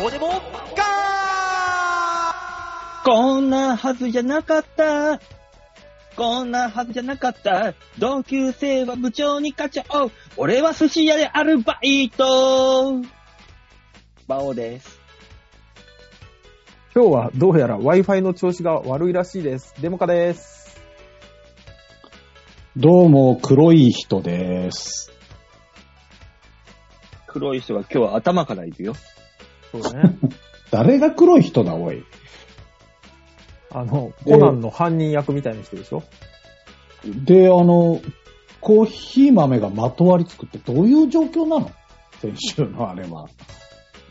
どうでもガこんなはずじゃなかった。こんなはずじゃなかった。同級生は部長に課長。俺は寿司屋でアルバイト。バオです。今日はどうやら Wi-Fi の調子が悪いらしいです。デモカです。どうも、黒い人です。黒い人が今日は頭からいるよ。そうね。誰が黒い人だ、おい。 あの、コナンの犯人役みたいな人でしょで、あの、コーヒー豆がまとわりつくってどういう状況なの先週のあれは。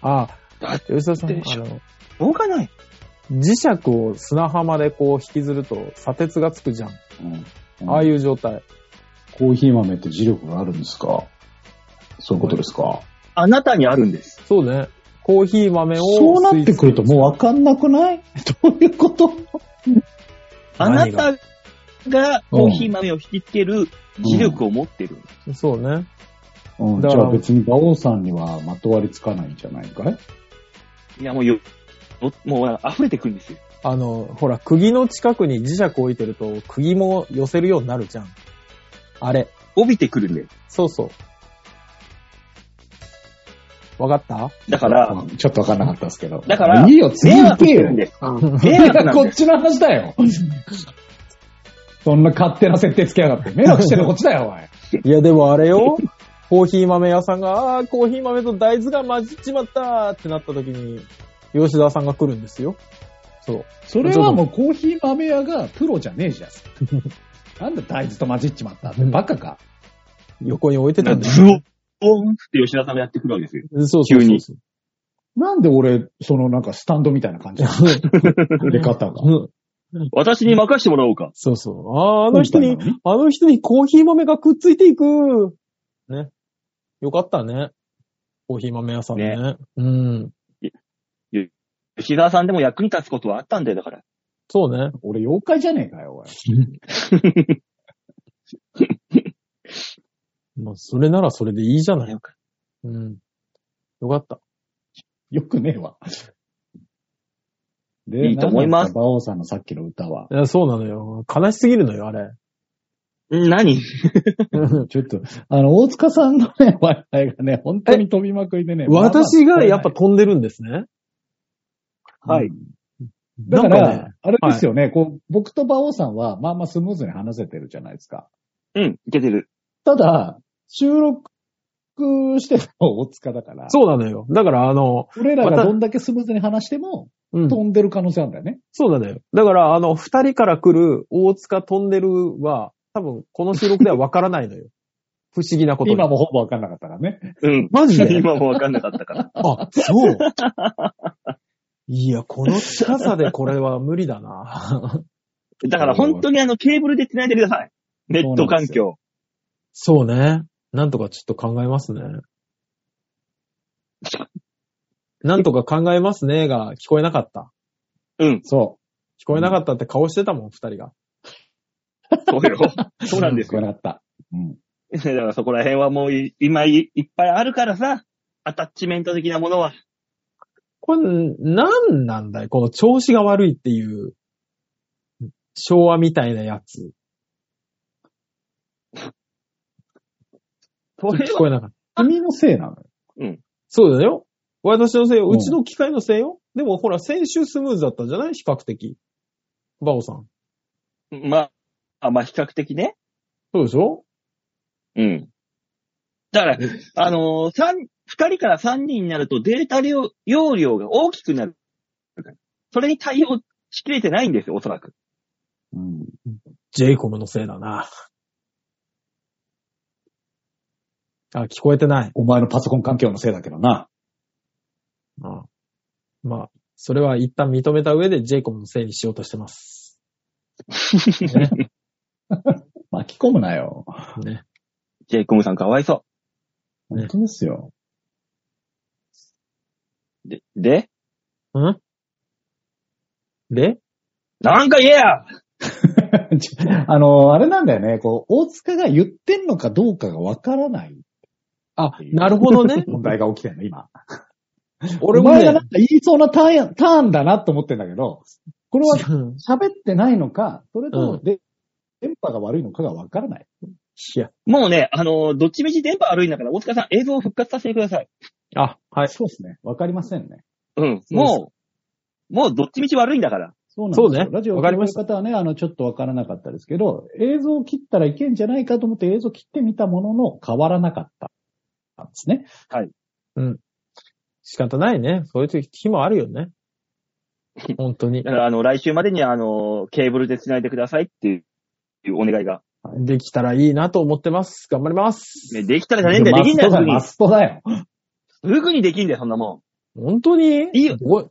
あだあ、吉田さん、でしあょの、しょうがない。磁石を砂浜でこう引きずると砂鉄がつくじゃん。うんああいう状態。コーヒー豆って磁力があるんですかそういうことですかあなたにあるんです。そうね。コーヒー豆を。そうなってくるともうわかんなくないどういうことあな何がたがコーヒー豆を引きつける磁力を持ってる。う。そうね。うん、だじからゃあ別に馬王さんにはまとわりつかないんじゃないかいいや、もうよ、よもう溢れてくるんですよ。あの、ほら、釘の近くに磁石置いてると、釘も寄せるようになるじゃん。あれ。帯びてくるんで。そうそう。わかっただから、うんちょっとわかんなかったですけど。だからいいよ、次迷行っ惑てすよるん。です。い迷惑や、なんこでっす。ちの話だよ。そんな勝手な設定つけやがって。迷惑してるのこっちだよ、おい。いや、でもあれよ。コーヒー豆屋さんが、あーコーヒー豆と大豆が混じっちまったってなった時に、吉田さんが来るんですよ。そう。それはもうコーヒー豆屋がプロじゃねえじゃん。なんで大豆と混じっちまったってバカか。横に置いてたなんんだでよ。 ズオーンって吉田さんがやってくるわけですよ。そうそうそうそう。急になんで俺、そのなんかスタンドみたいな感じなの出方が。うん私に任してもらおうか。 そうそう。ああ、あの人みにたい、なのあの人にコーヒー豆がくっついていく。ね。よかったね。コーヒー豆屋さんね。うん。吉田さんでも役に立つことはあったんだよ、だから。そうね。俺妖怪じゃねえかよ、おい。まあ、それならそれでいいじゃない。ようん。よかった。よくねえわ。でいいと思います何だった馬王さんのさっきの歌は。いや、そうなのよ。悲しすぎるのよ、あれ。何ちょっと、あの、大塚さんのね、Wi-Fi がね、本当に飛びまくりでね。私がやっぱまあまあ聞こ飛んでるんですね。えない、はいだかなんら、ねあれですよね、こう、僕と馬王さんは、まあまあスムーズに話せてるじゃないですか。うん、いけてる。ただ、収録してたの大塚だから、そうなのよ。だから、あの、俺らまたがどんだけスムーズに話しても、うん、飛んでる可能性あるんだよね。そうなのよ。だから、あの、二人から来る大塚飛んでるは、多分、この収録ではわからない のよ。不思議なことに。今もほぼわかんなかったからね。うん。マジ で今もわかんなかったから。あ、そう。いや、この近さでこれは無理だな。だから本当にあのケーブルで繋いでください。ネット環境。そうね。なんとかちょっと考えますね。なんとか考えますねが聞こえなかった。うん、そ聞こえなかったって顔してたもん、二人が。そうよ。う。そうなんですよ。よ。なかった。うん。だからそこら辺はもうい今いいっぱいあるからさ、アタッチメント的なものは。これ、なんなんだいこの調子が悪いっていう、昭和みたいなやつ。それ聞はこえなかった。君のせいなのよ。そうだよ。私のせいよ。うんうちの機械のせいよ。でもほら、先週スムーズだったじゃない比較的。バオさん。まあ、まあ比較的ね。そうでしょうん。だから、あのー、三、二人から三人になるとデータ量、容量が大きくなる。それに対応しきれてないんですよ、おそら く。うん。ジェイコムのせいだな。あ、聞こえてない。お前のパソコン環境のせいだけどな。あまあ、それは一旦認めた上でジェイコムのせいにしようとしてます。ね。巻き込むなよ。ねジェイコムさんかわいそ本当ですよ。 う。で、で、でなんか言えやちょあの、あれなんだよね。こう、大塚が言ってんのかどうかがわからないあ、なるほどね 。問題が起きてんの、今。俺も俺も、ねがなんか言いそうなターン、ターンだなと思ってんだけど、これは違う喋ってないのか、それとうもんで、電波が悪いのかがわからない。いや、もうね、あの、どっちみち電波悪いんだから、大塚さん映像を復活させてください。あ、はい。そうですね。わかりませんね。うん。もう、もうどっちみち悪いんだから。そうなんですよ。そうねラジオをわ聞かいりてまるした方はね、あの、ちょっとわからなかったですけど、映像を切ったらいけんじゃないかと思って映像を切ってみたものの、変わらなかった。んですね。仕方ないね。そういう時日もあるよね。本当にだ。から、あの、来週までに、あの、ケーブルで繋いでくださいっていう、いうお願いが。できたらいいなと思ってます。頑張ります。ね、できたらじゃねえんだよ。できんだよ、すぐにマ。ストだよ。すぐにできんだよ、そんなも本当にん。いいよ。おい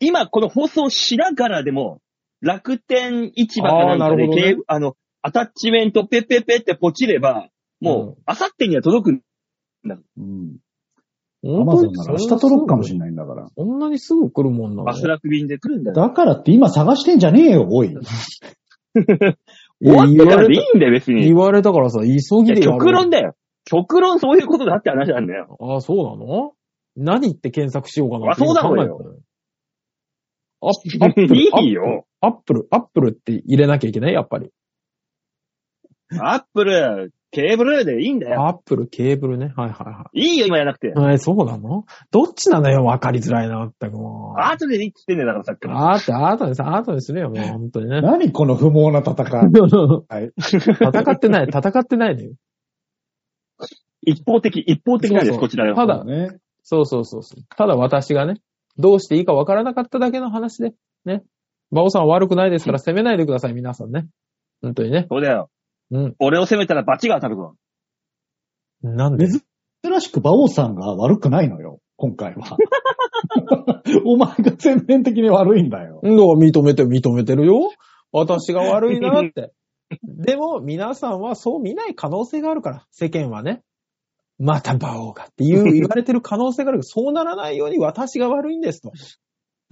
今、この放送しながらでも、楽天市場かなんあーなかるで、ほどねケーブあの、アタッチメントペッペッペってポチれば、もう、あさってには届く。うん。アマ本当ゾンになら明日届くかもしれないんだから。そんなにすぐ来るもんなのバスラク便で来るんだよ。だからって今探してんじゃねえよ、 おい。終わってからでいいやいんだよ、別に。言われた言われたからさ、急いぎやでやる。極論だよ。極論そういうことだって話なんだよ。ああ、そうなの何って検索しようかなあそうだろうよ考えてるアッアップル。いいよアップル、アップルって入れなきゃいけないやっぱり。アップル、ケーブルでいいんだよ。アップル、ケーブルね。はいはいはい。いいよ、今やらなくて。えーそうなのどっちなのよ、わかりづらいな、まったくもう。アートでいいっつってんだよ、だからさっきから。あーと、あーとにさ、あーとにするよ、もう、本当にね。何この不毛な戦い。はい戦ってない、戦ってないのよ。一方的、一方的なんです、そうそうこちらよ。ただ、ね。そうそうそうそう。ただ私がね、どうしていいかわからなかっただけの話で、ね。馬王さんは悪くないですから責めないでください、皆さんね。本当にね。そうだよ。うん。俺を責めたら罰が当たるぞ。なんで珍しく馬王さんが悪くないのよ、今回は。 お前が全面的に悪いんだよ。うん認めてる、認めてるよ。私が悪いなって。 でも、皆さんはそう見ない可能性があるから、世間はね。また馬王がっていう、 言われてる可能性がある。そうならないように私が悪いんですと。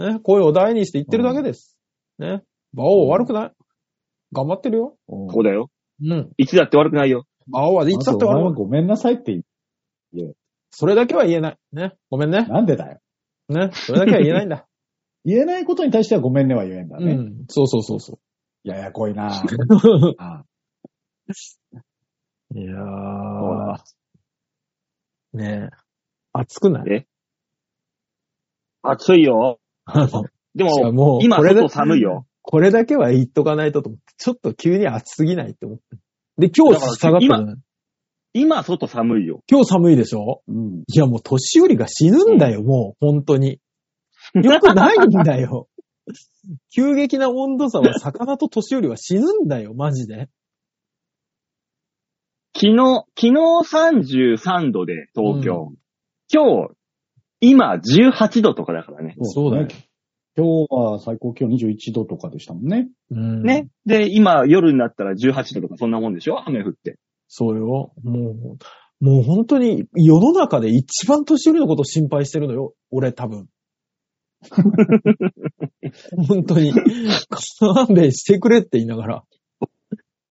ね、声を大にして言ってるだけです。ね。馬王悪くない。頑張ってるよ。そうだよ。うん。いつだって悪くないよ。馬王はいいつだつってお前悪はくない。ごめんなさいって言それだけは言えない。ね。ごめんねう。。なんでだよ。ね。それだけは言えないんだ。言えないことに対してはごめんねは言えん だうね。ん。そうそうそうそややこい なあう。いやそうだー。ねえ。熱くない 暑いよ。でしかも、も今、これだ外、寒いよ。これだけは言っとかないとと思って、ちょっと急に暑すぎないって思って。で、今日だから下がったじゃない今、外寒いよ。今日寒いでしょうん。いや、もう年寄りが死ぬんだよ、もう、本当に。よくないんだよ。急激な温度差は魚と年寄りは死ぬんだよ、マジで。昨日、昨日33度で、東京。今日、今、18度とかだからね。そうだよね。今日は最高気温21度とかでしたもんね。うんね。。で、今、夜になったら18度とかそんなもんでしょ雨降って。そうよ。もう、もう本当に世の中で一番年寄りのことを心配してるのよ。俺多 分。本当に。勘弁してくれって言いながら。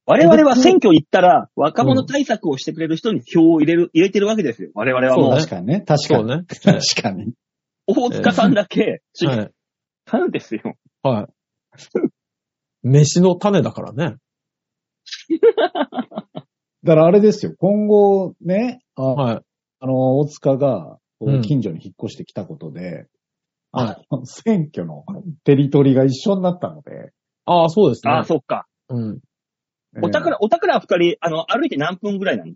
我々は選挙行ったら、若者対策をしてくれる人に票を入れる、入れてるわけですよ。我々はそうもねう、確かにね。確かに。ね。確かに。大塚さんだけ違はい。うんですよ。はい。飯の種だからね。だからあれですよ。今後ね、あ,、はい。あの、大塚が、こううん近所に引っ越してきたことで、はあの選挙のテリトリーが一緒になったので、ああ、そうですね。ああ、そっか。うん。おたくら、おたくら二人、あの、歩いて何分ぐらいなのいい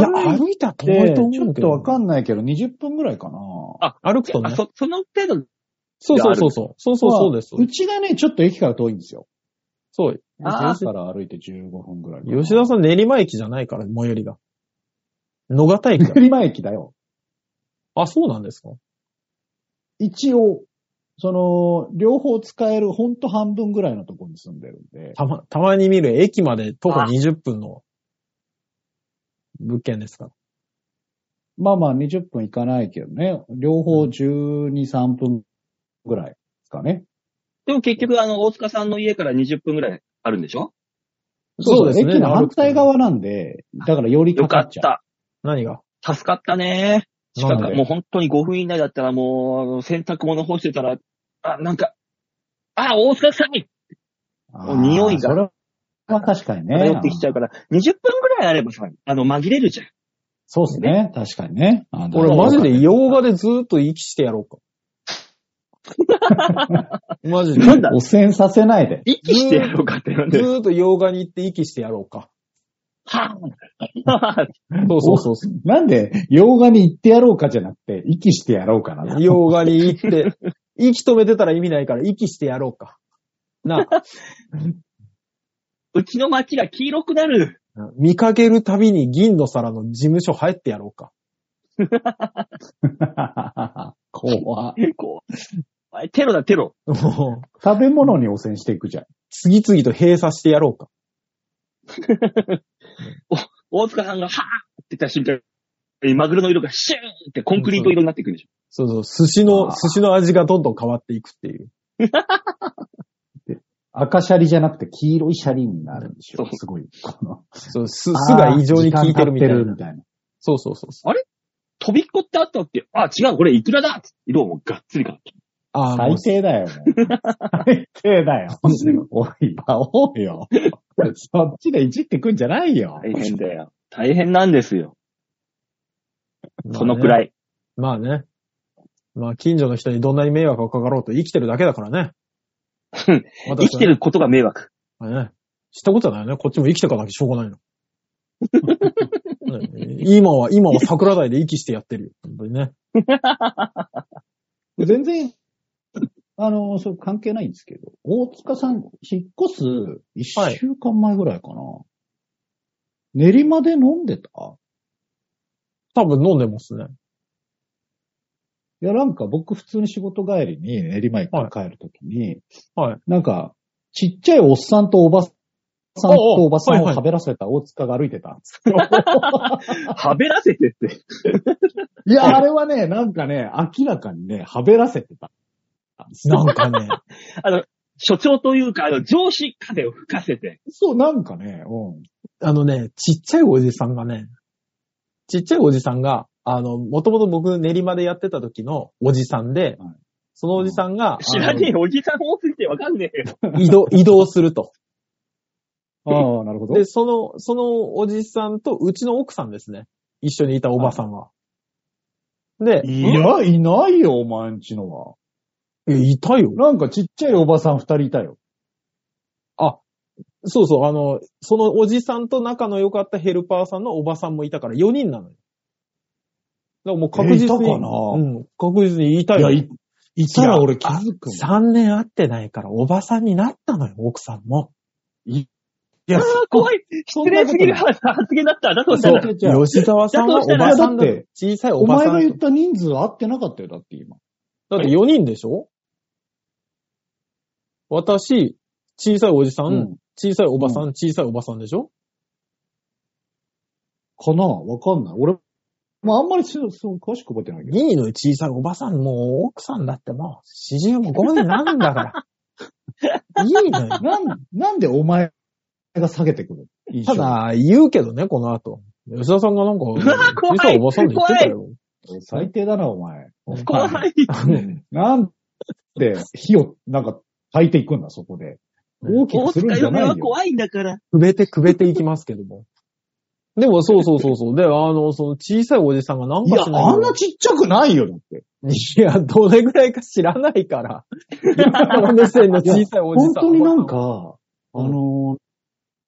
や、や、あれっ歩いたら遠いて、と思ちょうっけど。とわかんないけど、20分ぐらいかな。歩くとねあ、。そ、その程度、そうそうそうそう。そうそうそうです。まあうちがね、ちょっと駅から遠いんですよ。そう。あー駅から歩いて15分ぐらいかな。吉田さん練馬駅じゃないから、最寄りが。野方 駅だ。練馬駅だよ。あ、そうなんですか一応、その、両方使えるほんと半分ぐらいのところに住んでるんで、たま、たまに見る駅まで徒歩あ20分の物件ですから。まあまあ20分いかないけどね、両方12、3分ぐらいですかね。でも結局、あの、大塚さんの家から20分ぐらいあるんでしょ駅の反対側なんで、だからよりかよかかっっちゃう。た。何が助かったね。近なんく、でもう本当に5分以内だったらもうあの、洗濯物干してたら、あ、なんか、あ、大塚さんあー匂いがそれは確かにね漂。ってきちゃうから、20分ぐらいあればさ、あの、紛れるじゃん。そうですね。確かにね。あ俺マジで洋画でずーっと息してやろ うか。マジで。なんだ汚染させないで。息してやろうかってなんずで。ーっと洋画に行って息してやろうか。はぁそうそうそうそなんで、洋画に行ってやろうかじゃなくて、息してやろうかなう。。洋画に行って、息止めてたら意味ないから息してやろうか。なあ、うちの街が黄色くなる。見かけるたびに銀の皿の事務所入ってやろうか。 怖こう。あテロだ、テロ。もう、食べ物に汚染していくじゃん。次々と閉鎖してやろうか。大塚さんが、はぁって言った瞬間、マグロの色がシューンってコンクリート色になってくるでしょ。そうそう、寿司の、あー寿司の味がどんどん変わっていくっていう。赤シャリじゃなくて黄色いシャリになるんでしそ。ょうすごい。このそう、す、酢が異常に効いてるみたいあーな時間経ってる。みたいな。そうそうそうそう。飛びっこってあったって、あ、違う、これイクラだ色をもうがっつりか。あーもう最低だよ、もう最低だ よ。おい、馬王よ。そっちでいじってくんじゃないよ。大変だよ。大変なんですよ。まあねそのくらい。まあね。まあ、近所の人にどんなに迷惑がかかろうと生きてるだけだからね。生きてる。ることが迷惑。ね。知ったことはないよね。こっちも生きてかなきゃしょうがないの。 ね今は、今は桜台で息してやってるよ。本当にね。全然、あの、そう関係ないんですけど、大塚さん、引っ越すは一い週間前ぐらいかな。練馬で飲んでた多分飲んでますね。いや、なんか僕普通に仕事帰りに練馬駅に帰るときに、はいはいなんか、ちっちゃいおっさんとおばさんとおばさんおうおうはいはをい食べらせた大塚が歩いてたんです。 はべらせてって。いや、あれはね、なんかね、明らかにね、はべらせてた。なんかね。所長というか、あの、上司風を吹かせて。そう、なんかね、うん。あのね、ちっちゃいおじさんがね、ちっちゃいおじさんが、あの、もともと僕練馬でやってた時のおじさんで、はいそのおじさんが、知らねえよ、おじさん多すぎてわかんねえよ。あの移動、移動すると。ああ、なるほど。で、その、そのおじさんとうちの奥さんですね。一緒にいたおばさんは。で、いや、いないよ、お前んちのは。えいたよ。なんかちっちゃいおばさん二人いたよ。そうそう、あの、そのおじさんと仲の良かったヘルパーさんのおばさんもいたから4人なのよ。だからもう確実に。えいたかなうん、確実にいたよ。、いたら俺気づくもん3年会ってないからおばさんになったのよ、奥さんも。いや、あー怖いそ失んな礼こすとぎるない発言だった。だとしたら。そうじゃあ吉沢さんはおばさんだだって。小さいおおば前さがん言。った人数合ってなかったよ、だって今。だって4人でしょ私、小さいおじさん、うん小さいおばさん、小さいおばさんでしょかなわかんない。俺、まあ、あんまりそう、そう、詳しく覚えてないけど。ギニの小さいおばさん、もう奥さんだってもう、四十も五になるんだ から。いいのよ。なん、なんでお前が下げてくるた、だ、言うけどね、この後。吉田さんがなんか、怖小いさいおばさんで言ってたよ。印象最低だな、お前。怖お前い。なんで、火を、なんか、焚いていくんだ、そこで。大き大くする塚んじゃ嫁ないはよ。怖いんだから。くべてくべていきますけども。でも、そうそうそう そう。で、あの、その小さいおじさんがなんいかや、しないあんなちっちゃくないよ、だって。いや、どれぐらいか知らないから。山手線の小さいおじ本さん。当になん。か、あのー、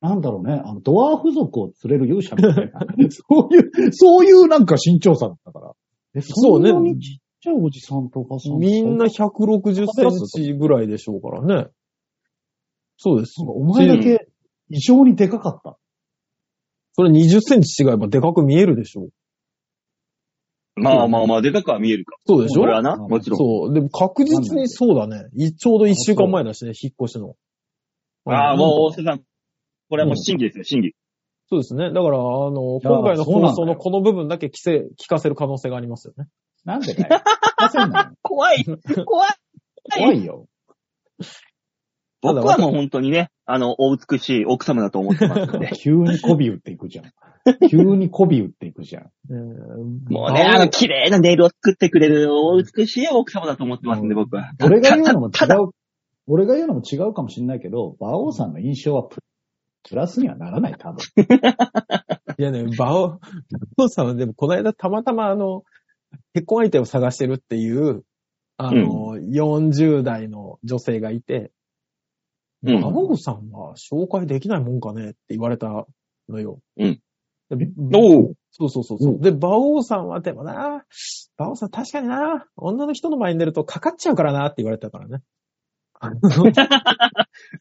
なんだろうね、あの、ドワーフ族を連れる勇者みたいな、 そういう、そういうなんか身長差だったから。え、そうねそんなにちっちゃいおじさんとおばさんとみんな、160センチぐらいでしょうからね。そうですそう。お前だけ異常にでかかった。それ20センチ違えばでかく見えるでしょまあまあまあ、でかくは見えるか。そうでしょそれはな、うんもちろん。そう。でも確実にそうだね。いちょうど1週間前だしね、引っ越しの。ああ、もう大う。塚さん。これはもう審議ですよ、審議。そうですね。だから、あの、や今回のそうなんだよ放送のこの部分だけ聞せ聞かせる可能性がありますよね。なんでだ よ。焦んなよ怖い怖い怖いよ。。僕はもう本当にね、あの、お美しい奥様だと思ってますので急に媚び打っていくじゃん。急に媚び打っていくじゃん。もうね、あの、綺麗なネイルを作ってくれる、お美しい奥様だと思ってますんで、僕は。俺が言うのも違ただ、う、俺が言うのも違うかもしれないけど、馬王さんの印象はププラスにはならない、多分。いやね、バオ、バオさんはでもこの間たまたまあの、結婚相手を探してるっていう、あの、40代の女性がいて、うバん。オさんは紹介できないもんかねって言われたのよ。うんで。おうそうそうそうそう。うんで、馬王さんはでもな、馬王さん確かにな、女の人の前に出るとかかっちゃうからなって言われたから ね。あの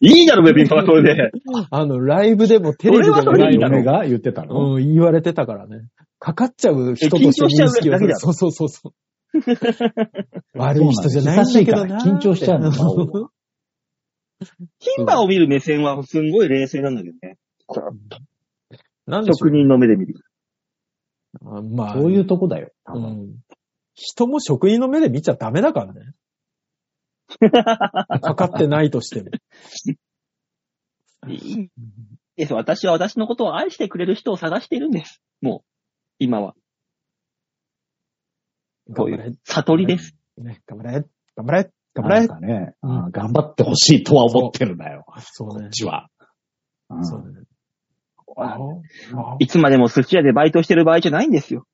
いいだろ、ベビーマはそれ で。あの、ライブでもテレビでもそれラはいイいブだでろも嫁が言ってたの、うん、言われてたからね。かかっちゃう人とえ緊して張しちゃ認う識をだけだろそうそ うそうそう。悪い人じゃないんだけどな。そうなんです優しいから緊張しちゃうの馬王はキンバを見る目線はすんごい冷静なんだけどね。なんでしょ職う。人の目で見る。あまあ、そういうとこだよ、多う分。ん。人も職人の目で見ちゃダメだからね。 かかってないと しても。いいです。私は私のことを愛してくれる人を探しているんです。もう、今は。こうい頑張う、悟りです。れ、ね、頑張れ、頑張れ、頑張なんれ。かね、うんあー頑張ってほしいとは思ってるんだよ、そうこっね。ちは。うんそうね。ああいつまでも寿司屋でバイトしてる場合じゃないんですよ。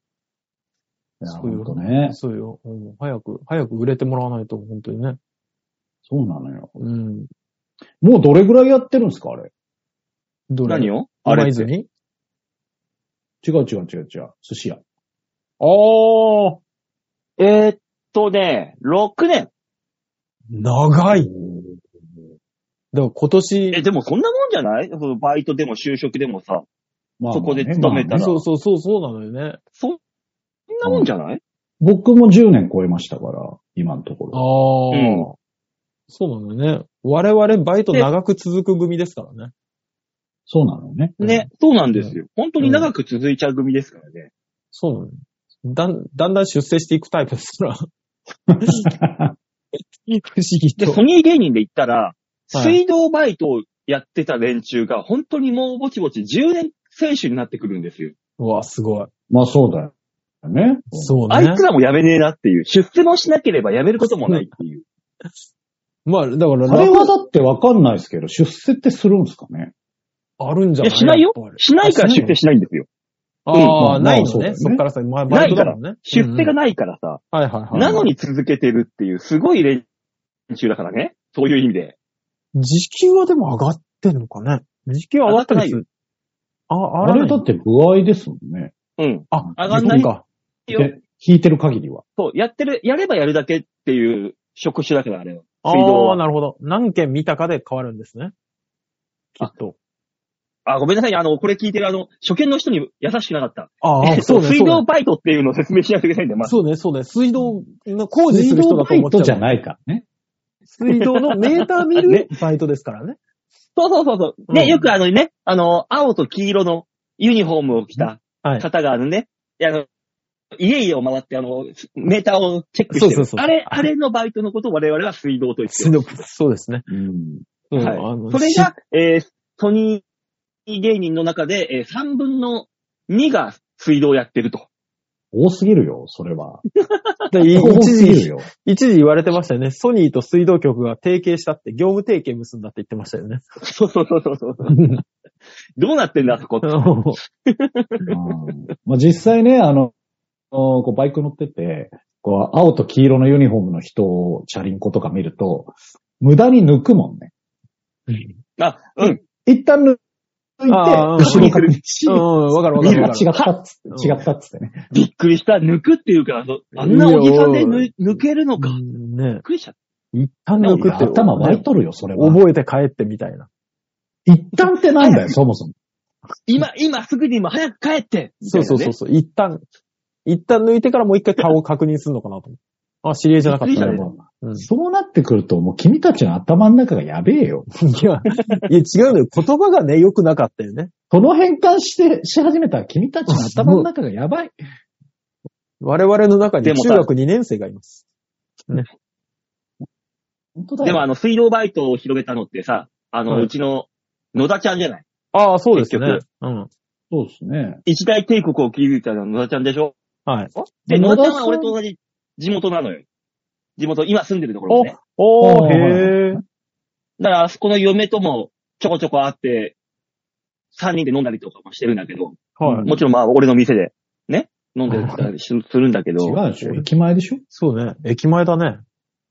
いやそうほよんとね。そうよ、うん。早く、早く売れてもらわないと、本当にね。そうなのよ。うん。もうどれぐらいやってるんですかあれ。どれ何をあ今れ泉違う違う違う違う。寿司屋。ああえーっとね、6年。長い。でも今年え、、でもそんなもんじゃないそのバイトでも就職でもさ。まあそこでまあね勤めたらまあねそうそうそう、そうなのよね。そんなもんじゃない、僕も10年超えましたから、今のとこああ、ろ。うんそうなのよね。我々バイト長く続く組ですからね。そうなのね。ね、そうなんですよ。本当に長く続いちゃう組ですからね。そうなのよ。だん、だんだん出世していくタイプです から。不思議で、と。ソニー芸人で言ったら、はい水道バイトをやってた連中が、本当にもうぼちぼち10年選手になってくるんですよ。うわ、すごい。まあそうだよ。ね。そうあねい。つらもやめねえなっていう。出世もしなければやめることもないっていう。まあ、だからあれ楽、はだってわかんないですけど、出世ってするんですかね。あるんじゃいなや、いしないよやっぱり。しないから出世しないんですよ。ああ、うんないまあそのうね。だよねそっからさ、まあバイトだもんね。出世がうんないからさ。はいはいはい。なのに続けてるっていう、すごい練習だからね。そういう意味で。時給はでも上がってんのかね。時給は上がってない上よ。あ、ああれだって具合ですもんね。うん。あ、上がんないそうか。よで、弾いてる限りは。そう、やってる、やればやるだけっていう職種だから、あれは。あ水道あー、は。なるほど。何件見たかで変わるんですね。きっと。あ、ごめんなさい。あの、これ聞いてる、あの、初見の人に優しくなかった。あえっとそうね。水そう道ねバイトっていうのを説明しなきゃいけないんで、まず。そうね、そうね。水道の工事する人だとバイ思っちゃトう。じゃないからね。水道のメーター見るねバイトですからね。そうそうそうそう。ね、うんよくあのね、あの、青と黄色のユニフォームを着たはい。方があのね、あの、家々を回って、あの、メーターをチェックしてそうる。そうそうあれ、あれのバイトのことを我々は水道と言って水る。道、そうですね。うん。うんはいあのそれしが、えー、ソニー芸人の中で、えー、3分の2が水道をやってると。多すぎるよ、それは。でい多一すぎる 時、よ。一時言われてましたよね。ソニーと水道局が提携したって、業務提携結んだって言ってましたよね。そうそうそうそう そう。どうなってんだ、 あそこって。うんまあ、実際ね、あの、こうバイク乗ってて、こう青と黄色のユニフォームの人をチャリンコとか見ると、無駄に抜くもんね。あ、うん。一旦抜いて、あー後ろ確認しう、ん、わかるわか見るるわ あか違る。ったっつって、う違んったっつってね。びっくりした。抜くっていうから、そあんなおじさんで抜抜けるのか。びっうんねくりしちゃっ一旦いや抜くって。頭湧いとるよ、それは。覚えて帰ってみたいな。一旦ってなんだよ、そもそも。た。今、今すぐにも早く帰って。みたそいうなねそうそうそう。一旦、一旦抜いてからもう一回顔を確認するのかなと思って。あ、知り合いじゃなかっびっくりしたたねね。もううんそうなってくると、もう君たちの頭の中がやべえよ。いや、いや違うのよ。言葉がね、良くなかったよね。その変換して、し始めたら君たちの頭の中がやばい。我々の中にでもさ中学2年生がいます。本当だでよ。もあの、水道バイトを広げたのってさ、あの、はいうちの野田ちゃんじゃない。ああ、そうですね結。うん。そうですね。一大帝国を築いたのは野田ちゃんでしょはい。で、野野田田さちんゃんは俺と同じ地元なのよ。地元、今住んでるところおもね。、おあー、ーへえ。だから、あそこの嫁ともちょこちょこ会って、三人で飲んだりとかもしてるんだけど、はうい。もちろんまあ、俺の店で、ね、飲んでたりしするんだけど違、うでしょ駅前でしょそうね。駅前だね。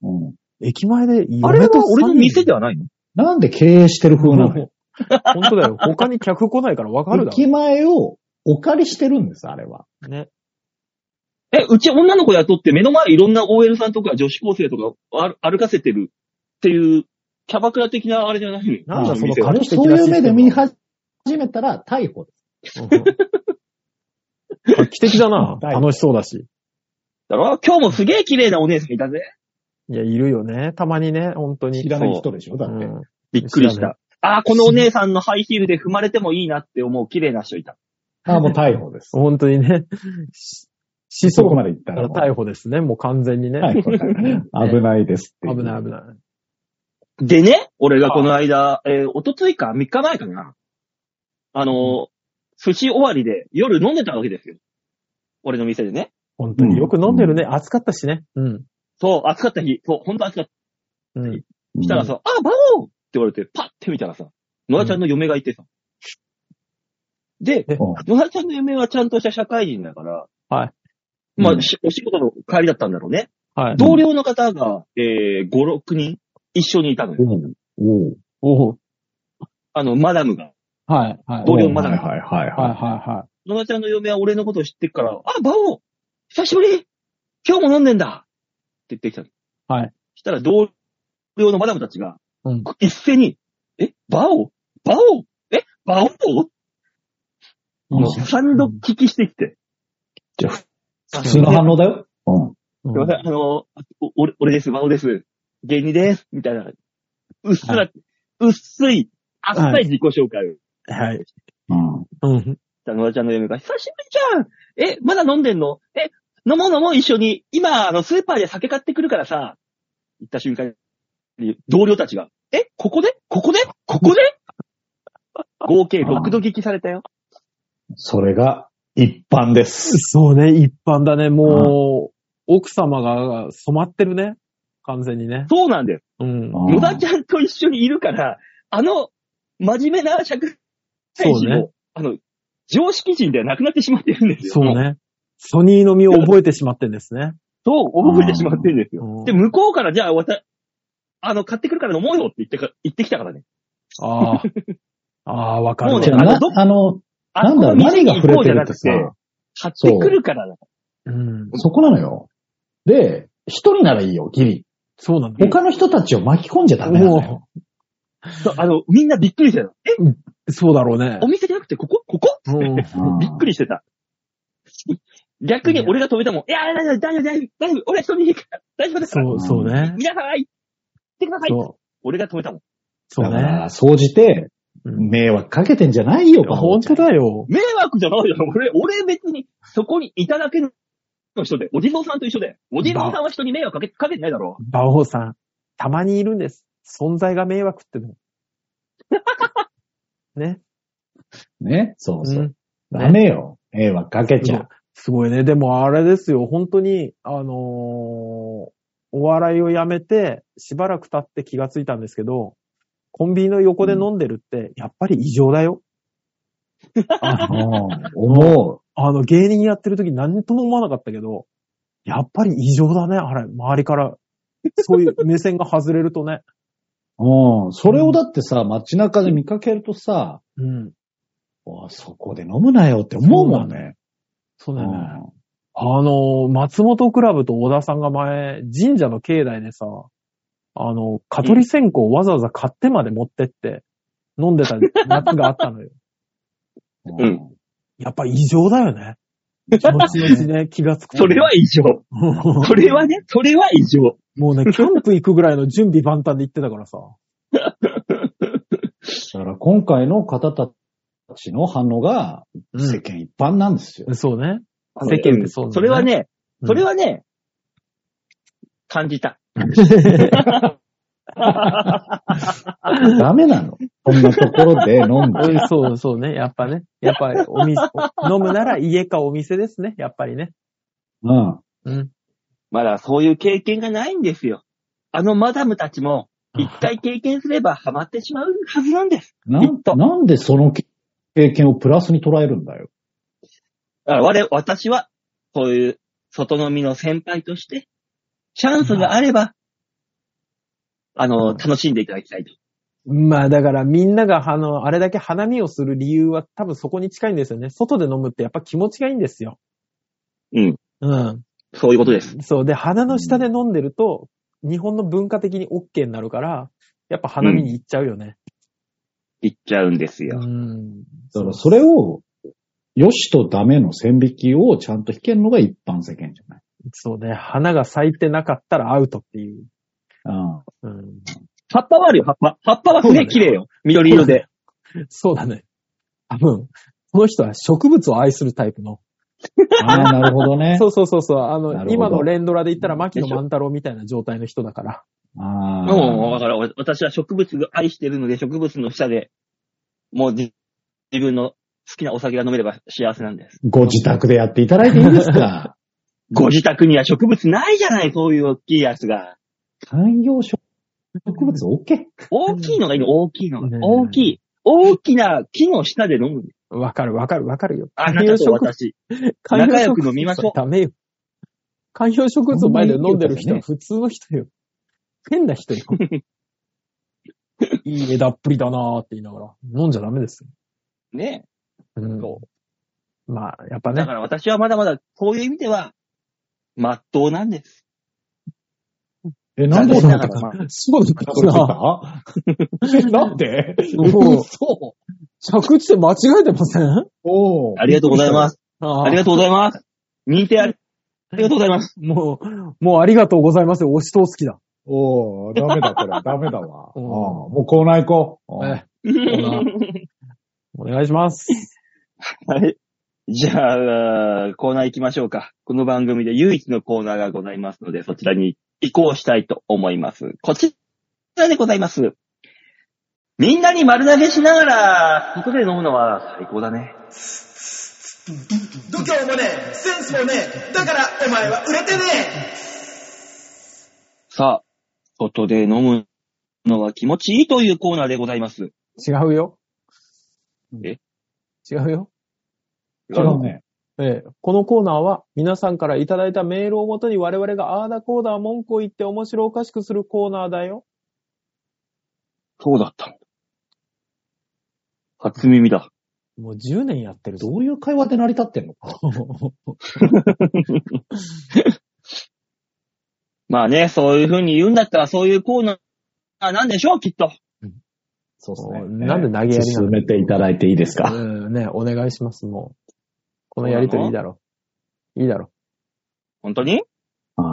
うん。駅前で、あれは俺の店ではないのなんで経営してる風なのよ本当だよ。他に客来ないからわかるだ駅前をお借りしてるんです、あれは。ろ。ね。え、うち女の子雇って目の前いろんな OL さんとか女子高生とか歩歩かせてるっていう、キャバクラ的なあれじゃないのなんだその店あはれをそういう目で見始めたら逮捕です。 画期的だな。はい楽しそうだし。だろ今日もすげえ綺麗なお姉さんいたぜ。いや、いるよね。たまにね、本当に。知らない人でしょだうって。んびっくりし知らなた。ああ、このお姉さんのハイヒールで踏まれてもいいなって思う綺麗な人いた。ああ、もう逮捕です。本当にね。ししそそうこかまで行ったらら。逮 捕ですね。もう完全にね。逮捕だから危ないですって。危ない危ない。でね、俺がこの間、えー、おとついか、3日前かな。あのー寿司終わりで夜飲んでたわけですよ。俺の店でね。本当によく飲んでるね。う暑かったしね。うん。そう、暑かった日。そう、ほんと暑かった。うん。うん。したらさ、あ、バオーって言われて、パッて見たらさ、野田ちゃんの嫁がいてさ。で、えうん野田ちゃんの嫁はちゃんとした社会人だから、はい。まあ、うんしお仕事の帰りだったんだろうね。はい。同僚の方が、えー、5、6人一緒にいたのよ。おうおうおうあの、マダムが。はい。はい。同僚まだはいはいはいはいははいは野田ちゃんの嫁は俺のこと知ってっから、あ、バオ久しぶり今日も飲んでんだって言ってきたの。はい。したら同僚のマダムたちが、うん一斉に、え、バオバオえ、バオい。うん三度聞きしてきて。じゃあ、普通の反応だよ。うい。ん。すいません、あの、お俺、俺です、バオです。芸人です。みたいな。うっすら、うっすい、あっさい自己紹介を。はい。うん。うん。野田ちゃんの嫁が、久しぶりじゃんえ、まだ飲んでんのえ、飲もう飲もう一緒に。今、あの、スーパーで酒買ってくるからさ、行った瞬間に、同僚たちが、え、ここでここでここで合計6度聞きされたよ。それが一般です。そうね、一般だね。もう、奥様が染まってるね。完全にね。そうなんだよ。うん。うん野田ちゃんと一緒にいるから、あの、真面目な社会そう人も、ねあの、常識人ではなくなってしまってるんですよ。そう。ね。ソニーのみを覚えてしまってんですね。そう、覚えてしまってるんですよ。うんで、向こうから、じゃあ、わた、あの、買ってくるから飲もうよって言ってか、言ってきたからね。あ あ。ああ、わかるもわうじねゃあ、なあのどあの、あなそんこだろのう、店何がに行こ触れうてじゃるなってくさて、、買ってくるからだ。うん。そこなのよ。で、一人ならいいよ、ギリ。そうなんだ。他の人たちを巻き込んじゃダメなのよ。そうあの、みんなびっくりしてた。え、そうだろうねお。店じゃなくてここここうん。うんびっくりしてた。 逆に俺が止めても、いや、大丈夫、大丈夫、大丈夫、大丈夫、俺一人で行くから、大丈夫だから、そう、そうね。皆さん、はい、行ってください。そう。俺が止めたもん。そうだかね。ら、総じて、うん迷惑かけてんじゃないよ、馬王本ちゃ当んだよ。迷惑じゃないよ。俺、俺別に、そこにいただけの人で、お地蔵さんと一緒で、お地蔵さんは人に迷惑かけ、かけてないだろ。馬王さん、たまにいるんです。存在が迷惑っての。ね。ね、そうそうう。んダメよ。迷惑かけちゃう。すごいね。でもあれですよ、本当に、あのーお笑いをやめて、しばらく経って気がついたんですけど、コンビニの横で飲んでるって、やっぱり異常だよ。あのうん思あの、芸人やってる時何とも思わなかったけど、やっぱり異常だね、あれ、周りから。そういう目線が外れるとね。う。うん。それをだってさ、街中で見かけるとさ、うん。おいそこで飲むなよって思うもんね。そううだよね。んあの、松本クラブと小田さんが前、神社の境内でさ、あの、蚊取り線香をわざわざ買ってまで持ってって、飲んでた夏があったのよ。うん やっぱ異常だよね。後々 ね、気がつく。 それは異 常。もそれはね、それは異常。うね、キャンプ行くぐらいの準備万端で行ってたからさ。だから今回の方たちの反応が世間一般なんですよ。そうね。あの世間ってそうなんだねそれはね、うんそれはね、感じた。ダメなの。そんなところで飲ん で。うんそうそうね。やっぱね。やっぱりお店、飲むなら家かお店ですね。やっぱりね。うん。うん。まだそういう経験がないんですよ。あのマダムたちも、一回経験すればハマってしまうはずなんです。なきっとんなんでその経験をプラスに捉えるんだよ。だから我、私は、こういう外飲みの先輩として、チャンスがあれば、あの、楽しんでいただきたいと。まあだからみんながあの、あれだけ花見をする理由は多分そこに近いんですよね。外で飲むってやっぱ気持ちがいいんですよ。うん。うん。そういうことです。そう。で、鼻の下で飲んでると、日本の文化的に OK になるから、やっぱ花見に行っちゃうよね。言っちゃうんですうよ。ん。だからそれを、良しとダメの線引きをちゃんと引けるのが一般世間じゃない。そうね。花が咲いてなかったらアウトっていう。うん。うん。葉っぱはあるよ、葉っぱ。葉っぱはすげえ綺麗よ。緑色で。そうだね。多分、この人は植物を愛するタイプの。 ああ、なるほどねそ。うそうそうそう。あなるほの、ど今の連ドラで言ったら牧野万太郎みたいな状態の人だから。ああ。もう、だから、私は植物を愛してるので、植物の下で、もうじ自分の好きなお酒が飲めれば幸せなんです。ご自宅でやっていただいていいで すかご自宅には植物ないじゃない、そういう大きいやつが。観葉植物 OK。大きいのがいいの、大きいのがね。え大きい。大きな木の下で飲む。わかるわかるわかるよ。あなたと私。観葉植仲良物く飲みましょうダメよ。観葉植物を前で飲んでる人はそんなにいい普通の人よ。変な 人よ。いい枝っぷりだなーって言いながら、飲んじゃダメですよ。ね。うんそまあ、やっぱだねか。ら私はまだまだ、そういう意味では、まっとうなんです。え、なんで残そん念ななこがらまあそうだと言 ってたなんでもう嘘着地で間違えてませんおうありがとうございます。あありがととうございます。認定あり、ありがとうございます。う。もう、もうありがとうございますよ。押し通す気だ。おうダメだこれ、ダメだわ。うああんもうコーナー行こう。ええはお願いします。い。じゃあ、コーナー行きましょうか。この番組で唯一のコーナーがございますので、そちらに移行したいと思います。こちらでございます。みんなに丸投げしながら、外で飲むのは最高だね。度胸もねえ、センスもねえ、だからお前は売れてねえさあ、外で飲むのは気持ちいいというコーナーでございます。 違うよ。え違うよ。違うね。ええ、このコーナーは皆さんからいただいたメールをもとに我々があーだこーだ文句を言って面白おかしくするコーナーだよ。そうだったんだ。初耳だ。もう10年やってるぞ。どういう会話で成り立ってんのか。まあね、そういう風に言うんだったらそういうコーナーなんでしょう、きっと。そうおうなんで投げやりなの進めていただいていいですか。うん、ね、お願いします、もう。このやりとりいいだろ。いいだろ。本当にうん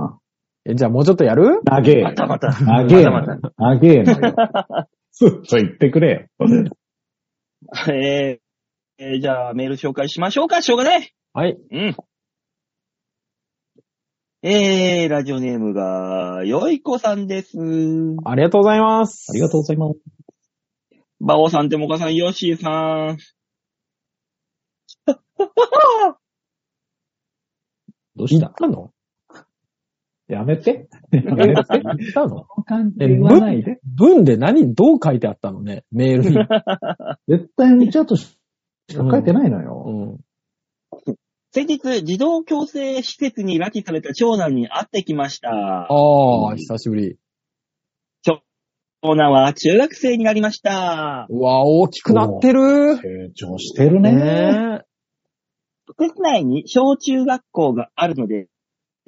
え、じゃあもうちょっとやる長えまよ。たま た。長えまたのよ。長えのよ。ずっと言ってくれよ。えーえーじゃあメール紹介しましょうか、しょうがない。はい。うん。えー、ラジオネームが、よいこさんです。ありがとうございます。ありがとうございます。バオさん、てもかさん、ヨッシーさん。どう行ったのやめて。やめえて。行ったのその感じで言わないで。文で何、どう書いてあったのね、メールに。絶対無茶としか書いてないのよ。うん。先日、児童強制施設に拉致された長男に会ってきました。ああ、久しぶり。長男は中学生になりました。うわ、大きくなってる。成長してるね。ねえ。施設内に小中学校があるので、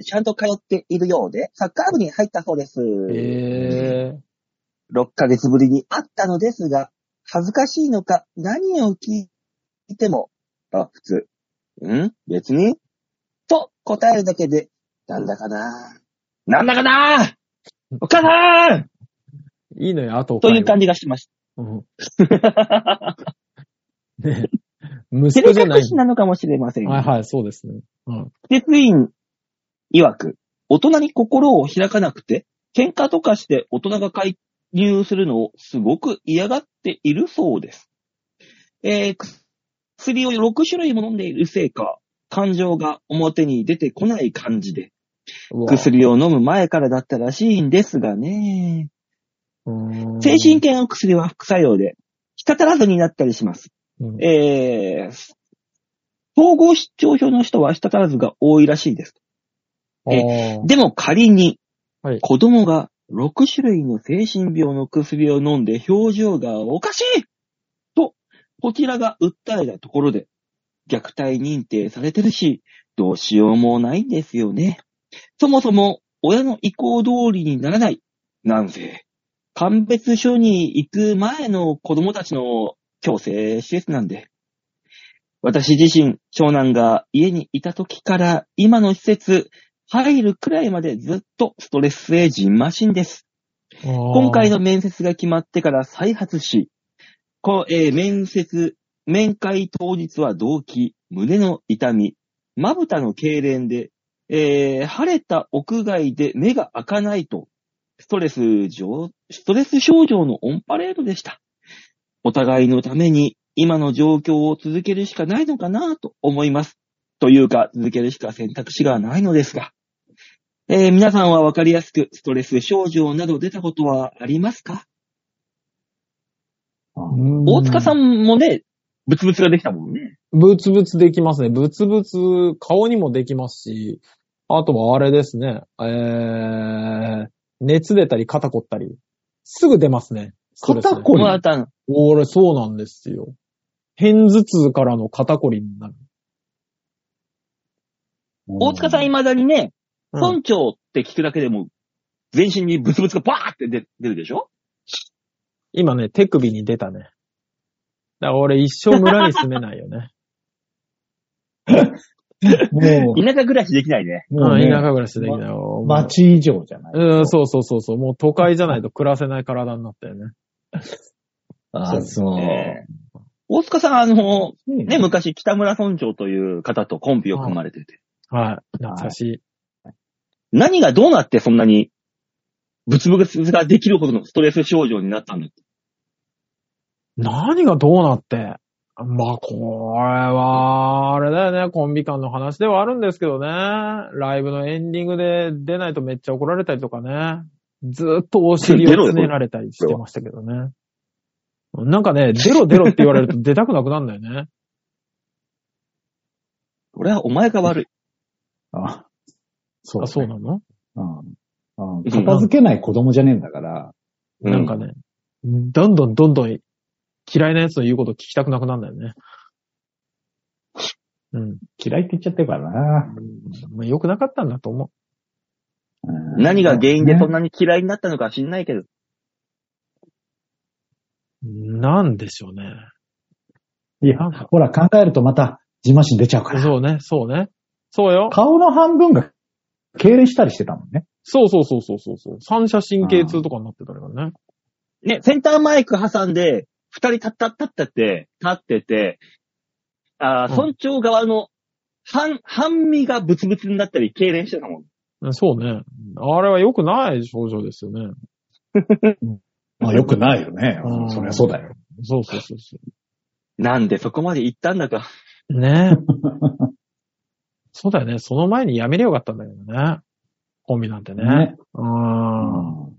ちゃんと通っているようで、サッカー部に入ったそうです。ええ。 6ヶ月ぶりに会ったのですが、恥ずかしいのか、何を聞いても、あ、普通。ん別にと答えるだけで、なんだかななんだかなお母さんいいのよ、あと。という感じがしましうんた。 ねえ。息照子じゃれない隠。しなのかもしれませんが。はいはい、そうですね。施設員曰く、大人に心を開かなくて、喧嘩とかして大人が解入するのをすごく嫌がっているそうです。えー薬を6種類も飲んでいるせいか、感情が表に出てこない感じで、うわ薬を飲む前からだったらしいんですがね。うーん精神系の薬は副作用で、滴らずになったりします。うんえー、統合失調症の人は滴らずが多いらしいです。あーでも仮にはい、子供が6種類の精神病の薬を飲んで表情がおかしいと、こちらが訴えたところで、虐待認定されてるし、どうしようもないんですよね。そもそも、親の意向通りにならない。なんせ、鑑別所に行く前の子供たちの強制施設なんで。私自身、長男が家にいた時から今の施設、入るくらいまでずっとストレス性じんましんです。今回、の面接が決まってから再発し、こえー面接、面会当日は動悸、胸の痛み、まぶたの痙攣で、えー晴れた屋外で目が開かないと、ストレス上、ストレス症状のオンパレードでした。お互いのために今の状況を続けるしかないのかなと思います。というか、続けるしか選択肢がないのですが。えー皆さんはわかりやすく、ストレス症状など出たことはありますか、大塚さん。んもね、ブツブツができたもんね。ブツブツできますね。ブツブツ、顔にもできますし、あとはあれですね。えー、熱出たり肩凝ったり。すぐ出ますね。ストレス肩こりもらったの。俺、そうなんですよ。偏頭痛からの肩こりになる。大塚さん今。未だにね、うん村長って聞くだけでも、全身にブツブツがバーって出出るでしょ今ね、手首に出たね。だから俺、一生村に住めないよ ね。も田舎暮らしできないね。う、もう、うんね田舎暮らしできないよ。街以上じゃない。うん、そうそうそうそう。もう都会じゃないと暮らせない体になったよね。あ、そう。えー大塚さん、あの、うんね、昔、北村村長という方とコンビを組まれてて、はい。懐かしい。何がどうなってそんなに、ブツブツができるほどのストレス症状になったんだ何がどうなって。まあ、これは、あれだよね。コンビ間の話ではあるんですけどね。ライブのエンディングで出ないとめっちゃ怒られたりとかね。ずーっとお尻をつねられたりしてましたけどね。なんかね、出ろ出ろって言われると出たくなくなるん だよね。俺はお前が悪い。あそうあ、ね。そうなの、うんうん片付けない子供じゃねえんだから、うんなんかね、どんどんどんどん嫌いな奴の言うこと聞きたくなくなるんだよね。うん。嫌いって言っちゃってるからな。まあ、良くなかったんだと思う。うん何が原因でそんねなに嫌いになったのか知んないけど。なんでしょうね。いや、ほら、考えるとまた、自慢心出ちゃうから。そうね、そうね。そうよ。顔の半分が、痙攣したりしてたもんね。そうそうそうそうそうそう。三者神経痛とかになってたからね。ね、センターマイク挟んで、二人立った立ったって、立ってて、あーうん村長側の半、半身がブツブツになったり、痙攣してたもん。うんそうね。あれは良くない症状ですよね。まあ、よくないよねうんそりゃそうだよ。そうそうそうそなんでそこまで行ったんだか。う。ねえ。 そうだよね。その前にやめりゃよかったんだけどね。コンビなんてね。ね。う。うんんよ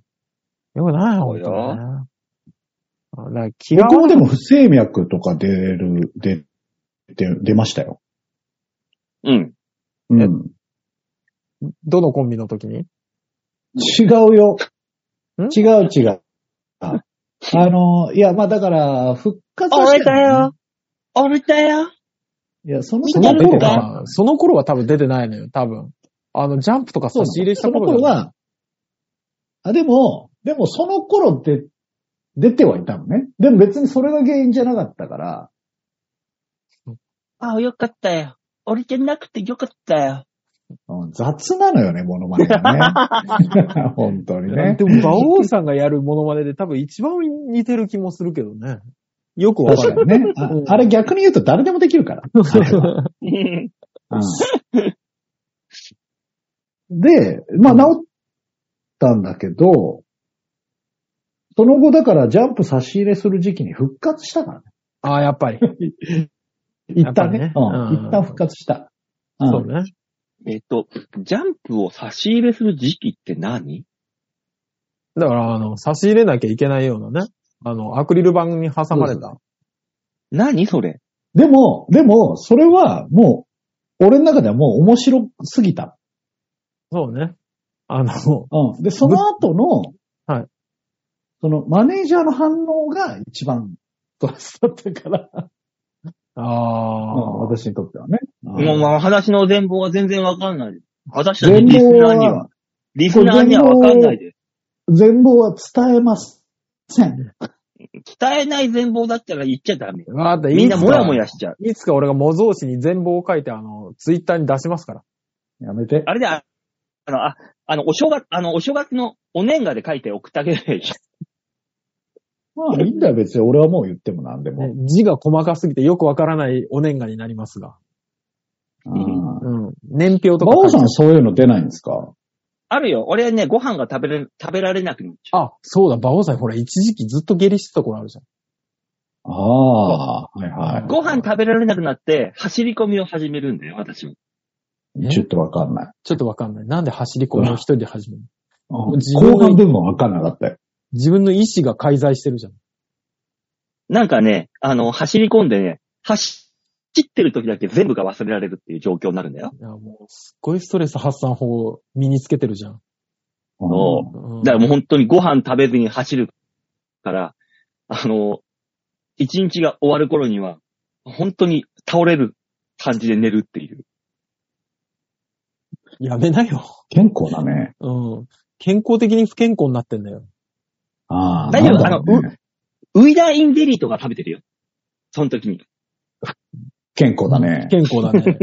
くないよ、ほんとね。そうあだから気が僕もでも不整脈とか出る、出、出、出ましたよ。うん。うん。どのコンビの時に違うよ。ん違う違う。ああの、いや、まあだから、復活はしてないよ。俺だよ。いや、そのそ時のは見て出頃てるた。は、その頃は多分出てないのよ、多分。あの、ジャンプとかそう差なのし入れしたその頃だ頃よは、あ、でも、でもその頃って、出てはいたのね。でも別にそれが原因じゃなかったから、あ、よかったよ。俺じゃなくてよかったよ。うん雑なのよね、モノマネが ね。本当にねで。も、馬王さんがやるモノマネで多分一番似てる気もするけどね。よくわか 確る。かにね。あうんあれ逆に言うと誰でもできるから。あれはで、まあ治ったんだけど、その後だからジャンプ差し入れする時期に復活したからね。ああ、やっぱり。や一っぱ旦りね。ねうんうん一旦復活した。うんそうね。えっと、ジャンプを差し入れする時期って何だから、あの、差し入れなきゃいけないようなね。あの、アクリル板に挟まれた。何それでも、でも、それはもう、俺の中ではもう面白すぎた。そうね。あの、うん。で、その後の、はい。その、マネージャーの反応が一番ストレスだったから、うんああ、私にとってはね。もう、まあ、話の全貌は全然わかんないです。私たち全リス貌ナーにはは、、リスナーにはわかんないです。全貌は伝えません。伝えない全貌だったら言っちゃダメ。わかったみんなもやも。いやつかしちゃう。いつか俺が模造紙に全貌を書いて、あの、ツイッターに出しますから。やめて。あれで、ああの、あ、あの、お正月、あの、お正月のお年賀で書いて送ってあげるまあいいんだよ、別に。俺はもう言っても何でも。ね字が細かすぎてよくわからないお年賀になりますが。うんうん。年表とか。馬王さんそういうの出ないんですかあるよ。俺ね、ご飯が食べれ、食べられなくなっちゃう。あ、そうだ、馬王さん、ほら、一時期ずっと下痢してた頃あるじゃん。ああ、はいはご飯食べられなくなって、走り込みを始めるんだよ、私も。い。ちょっとわかんない。ちょっとわかんない。なんで走り込みを一人で始めるの後自分の半部分わかんなかったよ。自分の意志が介在してるじゃん。なんかね、あの、走り込んでね、走ってる時だけ全部が忘れられるっていう状況になるんだよ。いや、もう、すっごいストレス発散法を身につけてるじゃん。そうんだからもう本当にご飯食べずに走るから、あの、一日が終わる頃には、本当に倒れる感じで寝るっていう。やめなよ。健康だね。うん。健康的に不健康になってんだよ。ああ。大丈夫なんだろうねウイダーインデリーとか食べてるよ。その時に。健康だ不。ね健康だね。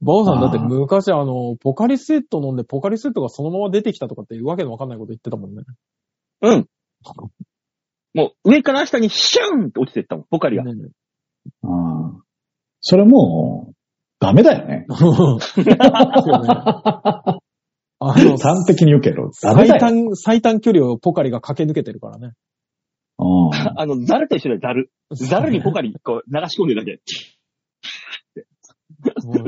バオさんだってあー昔あの、ポカリスエット飲んでポカリスエットがそのまま出てきたとかっていうわけのわかんないこと言ってたもんね。うん。もう上から下にシューンって落ちてったもん、ポカリが。ねうんそれもう、ダメだよね。うんそうねあの、端的に言うけど、ダメ最だよ。短、最短距離をポカリが駆け抜けてるからね。うんあの、ザルと一緒だよ、ザル。ザルにポカリ、こう、流し込んでるだけ。もう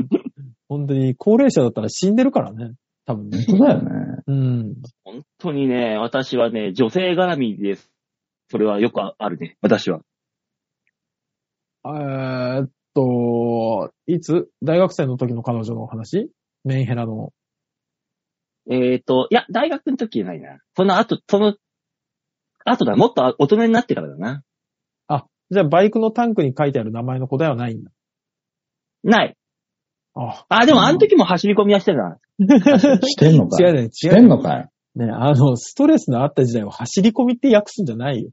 本当に高齢者だったら死んでるからね。多分ね。本当だよね。うん。本当にね、私はね、女性絡みです。それはよくあるね、私は。えーっと、いつ大学生の時の彼女のお話メンヘラの。えっ、と、いや、大学の時じゃないな。その後、その、後だ、もっと大人になってからだな。じゃあ、バイクのタンクに書いてある名前の子ではないんだ。ない。ああ、でもあの時も走り込みはしてたな。してんのか 違い。うね、違しうてねんのかい。ね。あの、ストレスのあった時代は走り込みって訳すんじゃない よ。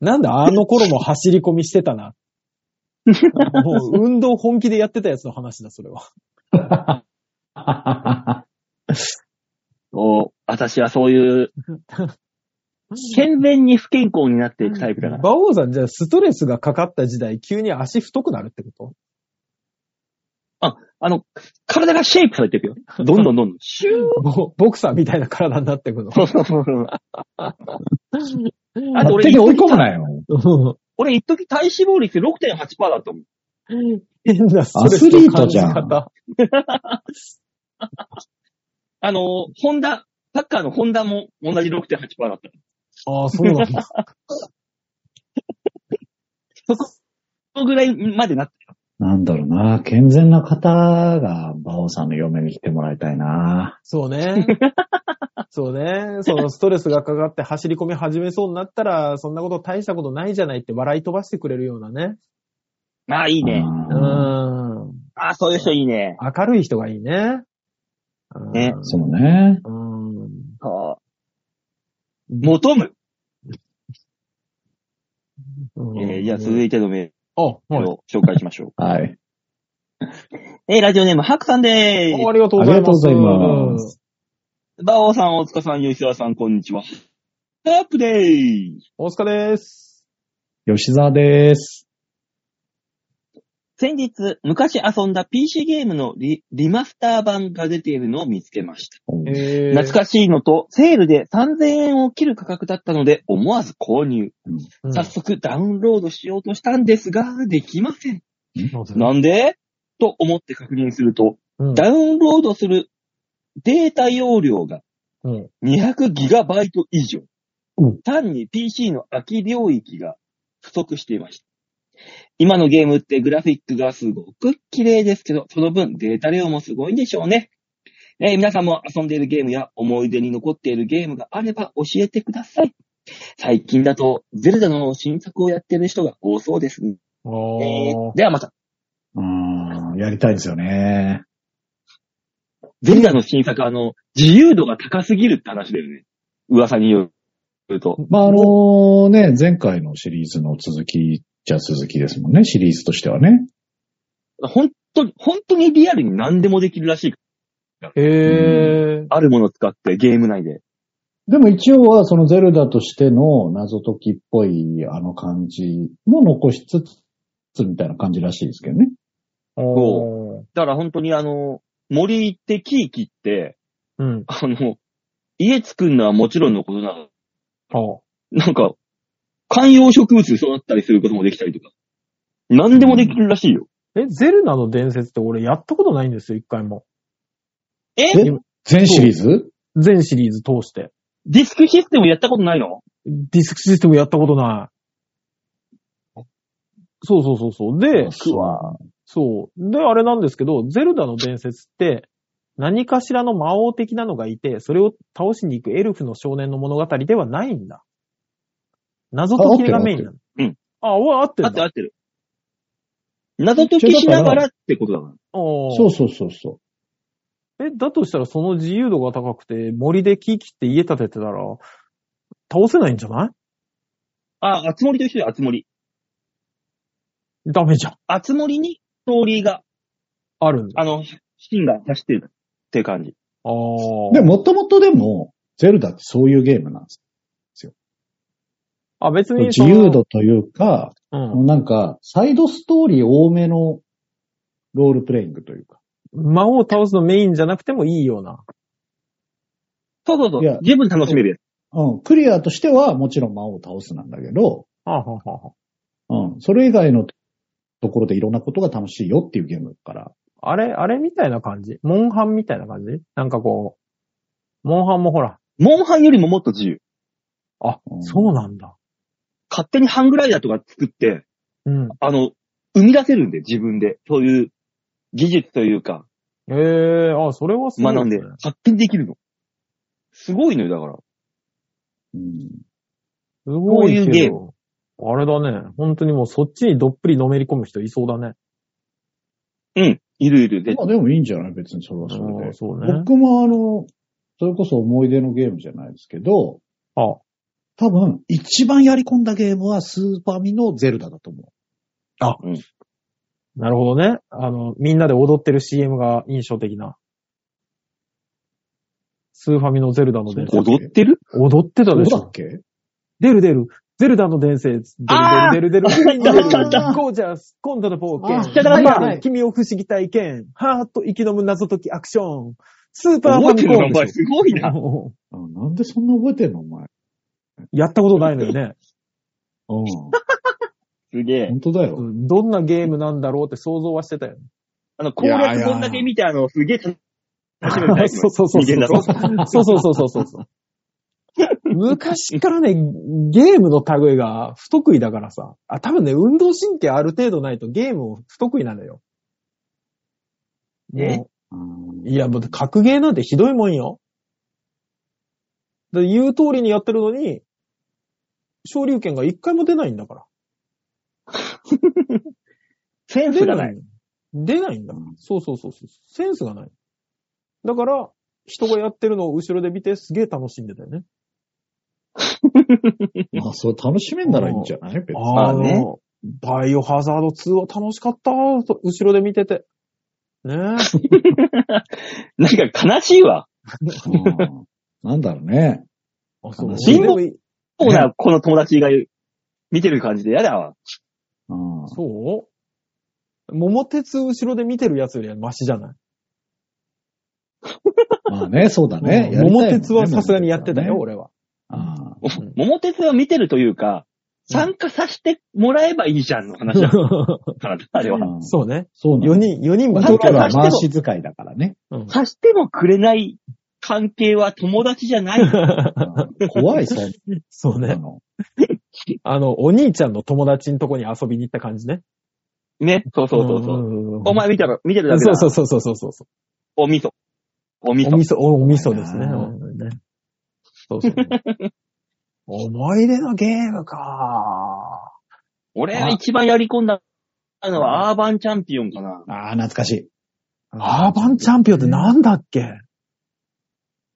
なんだ、あの頃も走り込みしてた な。もう、運動本気でやってたやつの話だ、それは。お私はそういう、健全に不健康になっていくタイプだから。馬王さん、じゃあ、ストレスがかかった時代、急に足太くなるってこあの、体がシェイプされていくよ。どんどんどんど ん。シューともうボクサーみたいな体になってくの。そうそうそうそう。あと勝俺手に、追い込むなよ。俺一時体脂肪率6.8%だったもん。 変なスアスリートじゃんトレスの感じ方あの、ホンダ、サッカーのホンダも同じ6.8%だった。ああ、そうなんだ。そのぐらいまでなってた。なんだろうな。健全な方が、馬王さんの嫁に来てもらいたいな。そうね。そうね。そのストレスがかかって走り込み始めそうになったら、そんなこと大したことないじゃないって笑い飛ばしてくれるようなね。ああ、いいね。うあーん。ああ、そういう人いいね。明るい人がいいね。うんねそうね。うん。そう。求む。うんえー、じゃあ続いてのメあ、はールい。を紹介しましょはい。う。えー、ラジオネーム、ハクさんであーありがとうございます。ありがとうございます。す。バオさん、大塚さん、吉沢さん、こんにちは。ハープデー大塚です。吉沢です。先日、昔遊んだ PC ゲームのリリマスター版が出ているのを見つけました。うんえ懐かしいのと、セールで3000円を切る価格だったので、思わず購入。早速ダウンロードしようとしたんですが、できません。なんでと思って確認すると、うんダウンロードするデータ容量がうん。 200GB 以上うん。単に PC の空き領域が不足していました。今のゲームってグラフィックがすごく綺麗ですけど、その分データ量もすごいんでしょうね。えー皆さんも遊んでいるゲームや思い出に残っているゲームがあれば教えてください。最近だと、ゼルダの新作をやってる人が多そうですね。えあーーではまた、うん、やりたいですよね。ゼルダの新作、あの、自由度が高すぎるって話だよね。噂によると。まあ、あのね、前回のシリーズの続きじゃ続きですもんね、シリーズとしてはね。本当に、本当にリアルに何でもできるらしい。へえ。あるものを使って、ゲーム内で。でも一応はそのゼルダとしての謎解きっぽいあの感じも残しつつみたいな感じらしいですけどね。おーだから本当にあの、森行って木切って、うん。あの、家作るのはもちろんのことなの。あなんか、観葉植物育ったりすることもできたりとか。何でもできるらしいよ。え、ゼルダの伝説って俺やったことないんですよ、一回も。ええ全シリーズ全シリーズ通して。ディスクシステムやったことないのディスクシステムやったことない。そうそうそうそう。で、は。そう。で、あれなんですけど、ゼルダの伝説って、何かしらの魔王的なのがいて、それを倒しに行くエルフの少年の物語ではないんだ。謎解きがメインなの。てるうん。あ、おい合って合るってる合ってる。謎解きしながらってことだから。そそうそうそうそえ、だとしたらその自由度が高くて、森で木切って家建ててたら、倒せないんじゃないあ、あつ森と一緒であつ森。ダメじゃん。あつ森にストーリーが、あるんだ。あの、シーンが走ってるって感じ。ああ。う。で、もともとでも、ゼルダってそういうゲームなんです。あ、別に自その由。度というか、うん。なんか、サイドストーリー多めのロールプレイングというか。魔王を倒すのメインじゃなくてもいいような。そうそうそいやう。十分楽しめるやつ。うん、クリアとしてはもちろん魔王を倒すなんだけど、はあ、はあはうん、それ以外のところでいろんなことが楽しいよっていうゲームだから。あ、あれ、あれみたいな感じモンハンみたいな感じなんかこう、モンハンもほら、モンハンよりももっと自由。あ、うんそうなんだ。勝手にハングライダーとか作って、うん。あの、生み出せるんで、自分で。そういう技術というか、ええあ、それはすごいね、学んで、勝手にできるの。すごいのよ、だから。うんすごいけどこういうゲーあれだね。本当にもうそっちにどっぷりのめり込む人いそうだね。うん、いるいる。で、まあでもいいんじゃない別にそれはそうんれそうで。ね。僕もあの、それこそ思い出のゲームじゃないですけど、あ、多分一番やり込んだゲームはスーパーミのゼルダだと思なるほどね。あの、みんなで踊ってる CM が印象的な。スーファミのゼルダの伝説。そう踊ってる踊ってたう。でしどうだっょ。け出る出る。ゼルダの伝説。あー出る出る出る出る。みんなであったあったゴージャス。今度の冒あ険。知って知たってたマリー君を不思議体験。ハート生きのむ謎解きアクション。スーパーフ覚ァえてミるコのンお。前、すごいな。あなんでそんな覚えてんのお前。 やったことないのよね。うすげえん。。本当だうよ。んどんなゲームなんだろうって想像はしてたよね。あの、攻略本だけ見て、あの、すげえ楽しめるタ イプのそうそうそうそう人間だと。そうそうそうそうそうそう。昔からね、ゲームの類が不得意だからさ。あ、多分ね、運動神経ある程度ないとゲームも不得意なのよ。えもうんういや、もう格ゲーなんてひどいもんよ。で言う通りにやってるのに、昇竜拳が一回も出ないんだから。センス出がなないい。の。出ないんだうん。そうそうそうそう。センスがない。だから、人がやってるのを後ろで見てすげえ楽しんでたよね。まあ、それ楽しめんならいいんじゃない別に。あのねバイオハザード2は楽しかったと後ろで見てて。 ねえ。なんか悲しいわ。うんなんだろうね。あ、そうでもいそうな、この友達が見てる感じで嫌だわ。うんそう桃鉄後ろで見てるやつよりはマシじゃない。まあね、そうだね。やりたいもん桃ね鉄はさすがにやってたよ、。俺は。ああうん桃鉄は見てるというか、参加させてもらえばいいじゃんの話だからな、あれは。うんそうね。そうな4の。人、4人ババトトルルはは。回し使いだからね。うんさしてもくれない関係は友達じゃない。うん怖い、そんそうなね。の。あの、お兄ちゃんの友達のとこに遊びに行った感じね。ね。そうそうそうそう。うお前見てる、見てるだけそだ。うそうそうそうそうそう。お味噌。お味お噌。味噌、おお味噌ですね。あーうんねそうそう。思い出のゲームか俺が一番やり込んだのはアーバンチャンピオンかな。ああ、懐かしい。アーバンチャンピオンってなんだっけ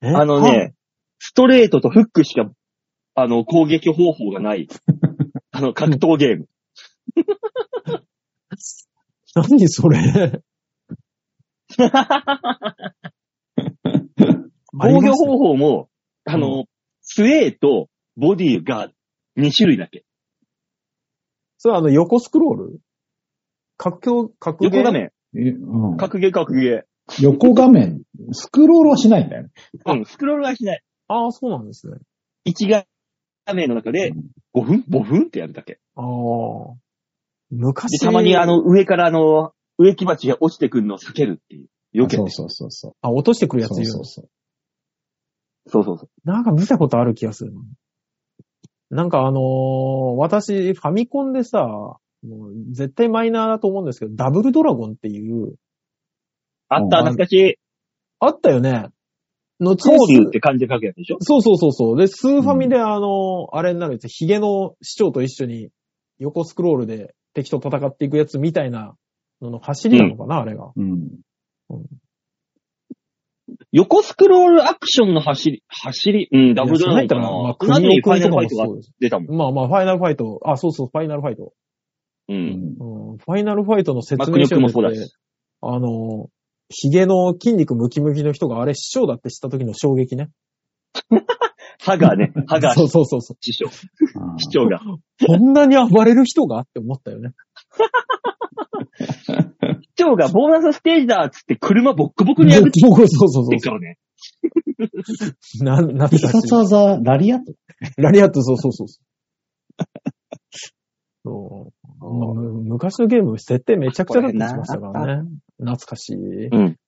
えあのね、ストレートとフックしか、あの、攻撃方法がない。あの、格闘ゲーム。あ何 それ防御法方法も、あの、スウェーとボディが2種類だけ。それあの横スクロール格闘、格横画面。えうん格ゲー格ゲ横画面、スクロールはしないんだよね。ー。うん、スクロールはしない。ああ、そうなんですね。一画面の中で5分 ?5 分ってやるだけ。ああ。昔で、。たまにあ、の、上からあの、植木鉢が落ちてくるのを避けるっていう。避けそてう。そうそうそう。あ、落としてくるやつそう言うそうそう。そうそうそう。なんか見たことある気がするな。なんかあのー私、ファミコンでさ、もう絶対マイナーだと思うんですけど、ダブルドラゴンっていう、あった、うん懐かしい。あったよね。後ソウにルって漢字で書くやつでしょそうそうそうそう。で、スーファミであのーあれになるやつ、ヒゲの市長と一緒に横スクロールで敵と戦っていくやつみたいなのの走りなのかな、あれが。うん。横スクロールアクションの走り、走り、うん、ダブルドラゴンかな。いやそそのう後なにったファらイナルまフあァイ国トの国とかがもそうです。出たもん。まあまあ、ファイナルファイト。あ、そうそう、ファイナルファイト。う。うんんうんファイナルファイトの説まあ明国書でもそうだしあの、ヒゲの筋肉ムキムキの人があれ師匠だって知った時の衝撃ね。歯がね、歯が そうそうそうそ師匠、ああ師匠が。う。こんなに暴れる人がって思ったよね。市長がボーナスステージだっつって車ボッコボコにやるって僕そうそうそ言うってからね。そう。な、なぜ必かし殺技、ラリアット。ラリアット、そうそうそう そう。そうまあむ昔のゲーム、設定めちゃくちゃだったりしましたからね。懐かしい。うん。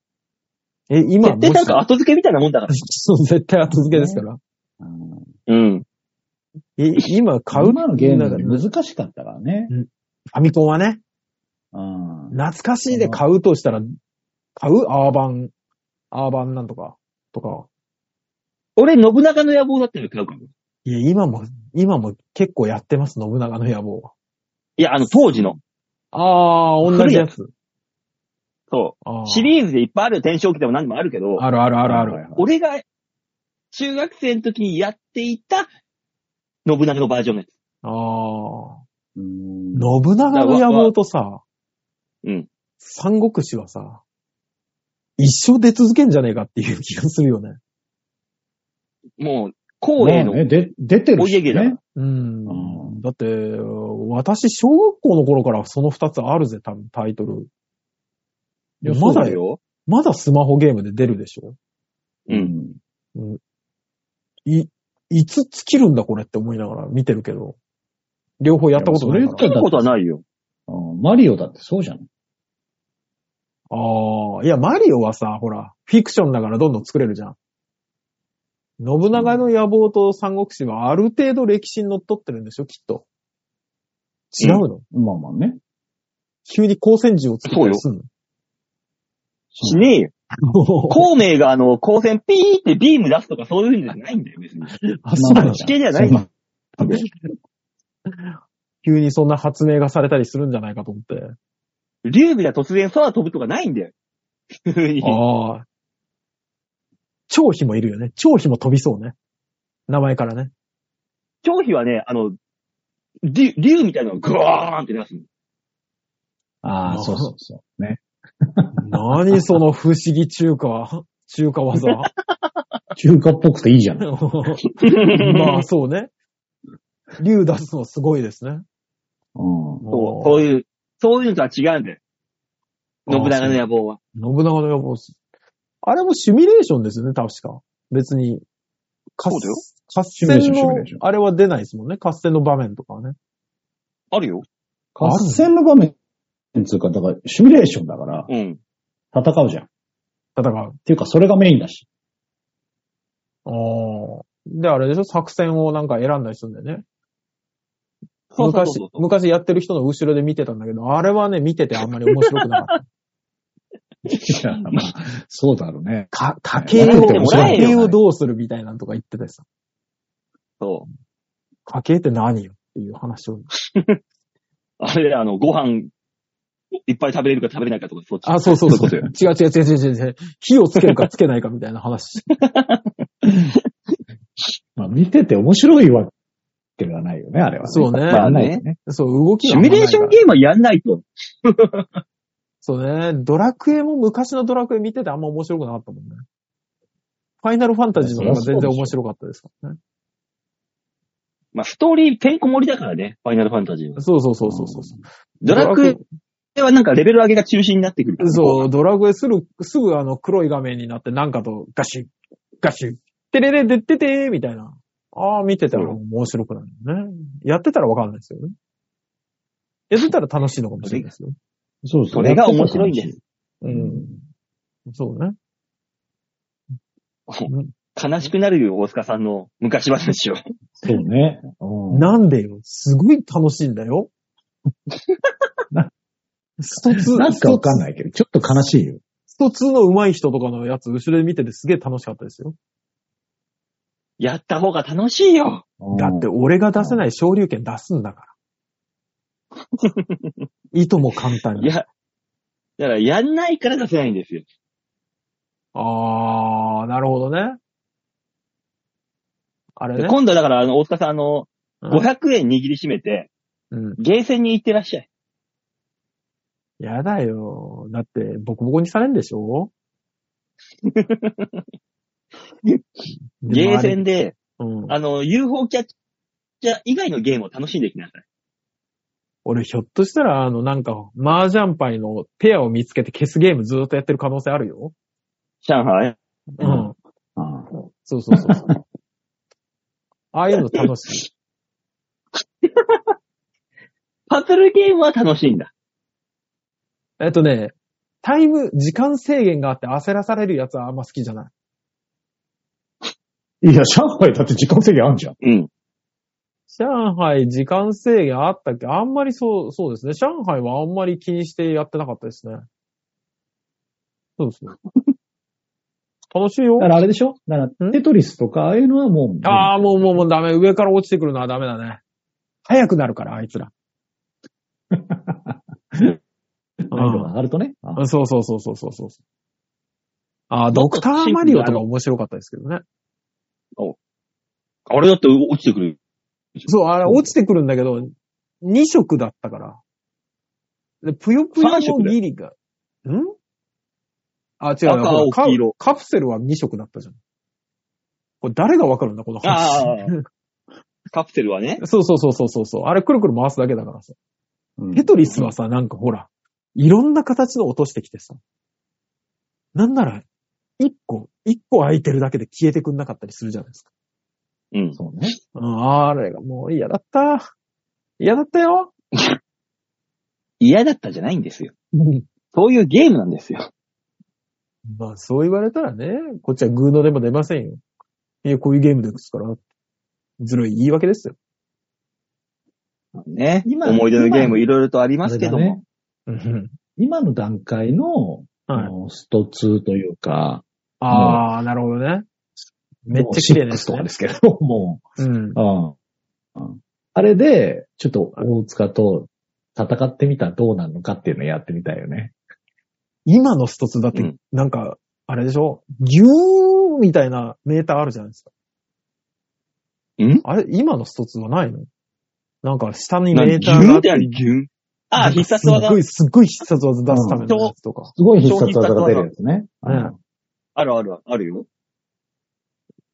え、今絶対なんかもし後付けみたいなもんだから。 そう、絶対後付けですから。うんうん。え、今買う今のゲームながんか難しかったからね。ファミコンはね。うん。懐かしいで買うとしたら、買うアーバン、アーバンなんとか、とか。俺、信長の野望だったの買うから。いいや、今も、今も結構やってます、信長の野望は。や、あの、当時の。あー、同じやつ。そあーう。シリーズでいっぱいあるよ転生期でも何でもあるけど、あるあるあるあはいる。はい俺が中学生の時にやっていた信長のバージョンのやつ。あー。うん信長の野望とさ、うん。三国志はさ、一生出続けんじゃねえかっていう気がするよね。もう、光栄のまあねで出てるお家し芸だね。うんあ。ーだって、私、小学校の頃からその二つあるぜ、多分、タイトル。いやまそうだだよ、よ。まだスマホゲームで出るでしょう。うんん。い、いつ尽きるんだこれって思いながら見てるけど。両方やったことないかいやそら。見たことはないよ。うんマリオだってそうじゃん。ああ、いや、マリオはさ、ほら、フィクションだからどんどん作れるじゃん。信長の野望と三国志はある程度歴史にのっとってるんでしょ、きっと。違うの、まあまあね。急に光線銃を作ったりすんのしねえよ。こ孔明があの、光線ピーってビーム出すとかそういうんじゃないんだよ、別に。う あ、そうなまのあ死刑じゃないそんな急にそんな発明がされたりするんじゃないかと思って。劉備が突然空飛ぶとかないんだよ。普通に。ああ。蝶飛もいるよね。蝶飛も飛びそうね。名前からね。張飛はね、あの、竜、竜みたいなのがグワーンって出すの。ああ、そうそうそう。ね。何その不思議中華、中華技。中華っぽくていい じゃん。 まあそうね。竜出すのすごいですね。うん。そう、そういう、そういうのとは違うんだよ。信長の野望は。信長の野望っす。あれもシミュレーションですよね、確か。別に。合そうだよ合シミュレーシ戦ョンシミュのレーショ、ンあれは出ないですもんね。合戦の場面とかはね。あるよ。合戦の場面つうか、だから、シミュレーションだから、うん。戦うじゃん。っ戦う。ていうか、それがメインだし。 ああ。で、あれでしょ作戦をなんか選んだりするんだよね。そうそう昔そう、そう昔やってる人の後ろで見てたんだけど、あれはね、見ててあんまり面白くなかっそうだろうね。た。か、家計を、っ笑てもらえ家よ計をどうするみたいなのとか言っててさ。そう。家計って何よっていう話を。あれ、あの、ご飯、いっぱい食べれるか食べれないかとか、そっち。あ、そうそうそいう。違こう違う違う違う違う違う。火をつけるかつけないかみたいな 話。まあ、見てて面白いわけではないよね、あれは、そうねまあ、ないよね。そう、動きとよがシミュレーションゲームはやんないと。そうね。ドラクエも昔のドラクエ見ててあんま面白くなかったもんね。ファイナルファンタジーの方が全然面白かったですからね。まあ、ストーリーてんこ盛りだからね、ファイナルファンタジーは。そうそうそうそうそう。ドラクエはなんかレベル上げが中心になってくるから。そう、ドラクエすぐ、すぐあの黒い画面になってなんかとガシッ、ガシッ、テレレでっててーみたいな。ああ、見てたら面白くなるよね。やってたらわかんないですよね。やってたら楽しいのかもしれないですよ。そうそ。そうれが面白いんです。うん。そうね。悲しくなるよ、大塚さんの昔話を。そうね。うんなんでよ、すごい楽しいんだよ。ストツー、なんかわかんい。ないけど、ちょっと悲しいよ。ストツーの上手い人とかのやつ、後ろで見ててすげえ楽しかったですよ。やった方が楽しいよ。だって俺が出せない昇竜拳出すんだから。いとも簡単いに。や、だからやんないから出せないんですよ。あー、なるほどね。あれね。今度はだから、あの、大塚さん、あの、うん500円握りしめて、うん。ゲーセンに行ってらっしゃい。やだよ。だって、ボコボコにされんでしょゲーセン。ンで、うん。あの、UFO キャッチャー以外のゲームを楽しんできなさい。俺、ひょっとしたら、あの、なんか、麻雀牌のペアを見つけて消すゲームずーっとやってる可能性あるよ。上海。ううんん。うんそうそうそうそう。 ああいうの楽しい。パズルゲームは楽しいんだ。えっとね、タイム、時間制限があって焦らされるやつはあんま好きじゃない。いや、上海だって時間制限あんじゃん。うん。上海、時間制限あったっけあんまりそう、そうですね。上海はあんまり気にしてやってなかったですね。そう ですね。楽しいよだか。らあれでしょだから、テトリスとか、ああいうのはもう、ああ、もうもうもうダメ。上から落ちてくるのはダメだね。早くなるから、あいつ ら。難易度が上がるとね。あうんそうそうそうそうそうそう。ああ、ドクターマリオとか面白かったですけどね。あれだって落ちてくる。そう、あれ落ちてくるんだけど、2色だったから。で、ぷよぷよ三色のだよギリが、んあ、違赤う青ほらカ黄色カプセルは2色だったじゃん。これ誰がわかるんだ、この話。あ カプセルはね。そうそうそうそうそうそう。あれくるくる回すだけだからさ。うんテトリスはさ、なんかほら、いろんな形の落としてきてさ。なんなら、1個、1個空いてるだけで消えてくんなかったりするじゃないですか。うん。そうね。うん、あれがもう嫌だった。嫌だったよ。嫌だったじゃないんですよ。うんそういうゲームなんですよ。まあ、そう言われたらね、こっちはグーのでも出ませんよ。いや、こういうゲームですから。ずるい言い訳ですよ。ね。今思い出のゲームいろいろとありますけどあれだもね。今の段階の、あはい。のスト2というか、ああ、なるほどね。めっちゃ綺麗ですもうね6とかで。すけど、もうんう。うんうんあれで、ちょっと大塚と戦ってみたらどうなるのかっていうのやってみたいよね。今のストツだってうん、なんか、あれでしょギューみたいなメーターあるじゃないですか。んあれ、今のストツはないのなんか、下になんかメーギターュがンあっっててあ。る、ギュン。ああ、必殺すっ技ご。い、すっごい必殺技出すためのやつとか。すごい必殺技が出るやつね。商品必殺技うんあるある、あるよ。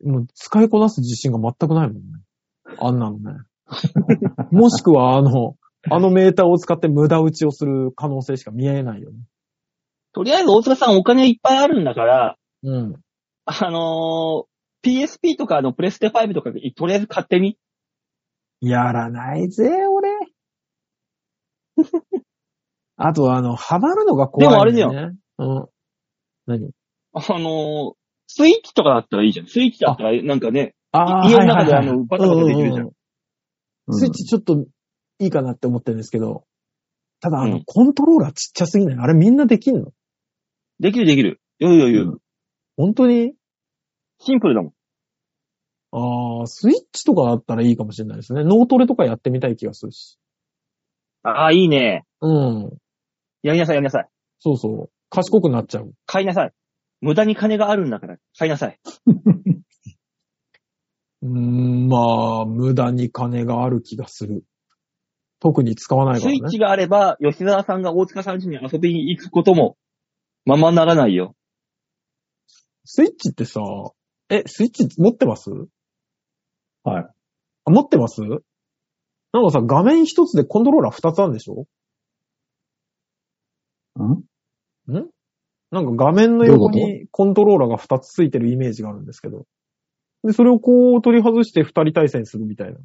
もう使いこなす自信が全くないもんね。あんなのね。 もしくはあの、あのメーターを使って無駄打ちをする可能性しか見えないよね。とりあえず大塚さんお金いっぱいあるんだから、うん。あのー PSP とかあのプレステ5とかとりあえず買ってみ。やらないぜ、俺。 あと、あの、ハマるのが怖い、ね。でもあれだよよ。うん。何あのースイッチとかだったらいいじゃん。スイッチだったらなんかね、あ家の中ではあいはいはいの、バタバタできるじゃうんう。うスイッチちょっといいかなって思ってるんですけど、ただ、あうの、んコントローラーちっちゃすぎないあれみんなできんのできるできる。よいよいよ。うん本当にシンプルだもん。ああ、スイッチとかだったらいいかもしれないですね。脳トレとかやってみたい気がするし。ああ、いいね。うん。やりなさいやりなさい。そうそう。賢くなっちゃう。買いなさい。無駄に金があるんだから、買いなさい。うーん、まあ、無駄に金がある気がする。特に使わないかスらイッね。チがあれば、吉沢さんが大塚さん家に遊びに行くことも、ままならないよ。スイッチってさ、え、スイッチ持ってますはい。あ持ってますなんかさ、画面一つでコントローラー二つあるんでしょんなんか画面の横にコントローラーが二つついてるイメージがあるんですけど。で、それをこう取り外して二人対戦するみたいな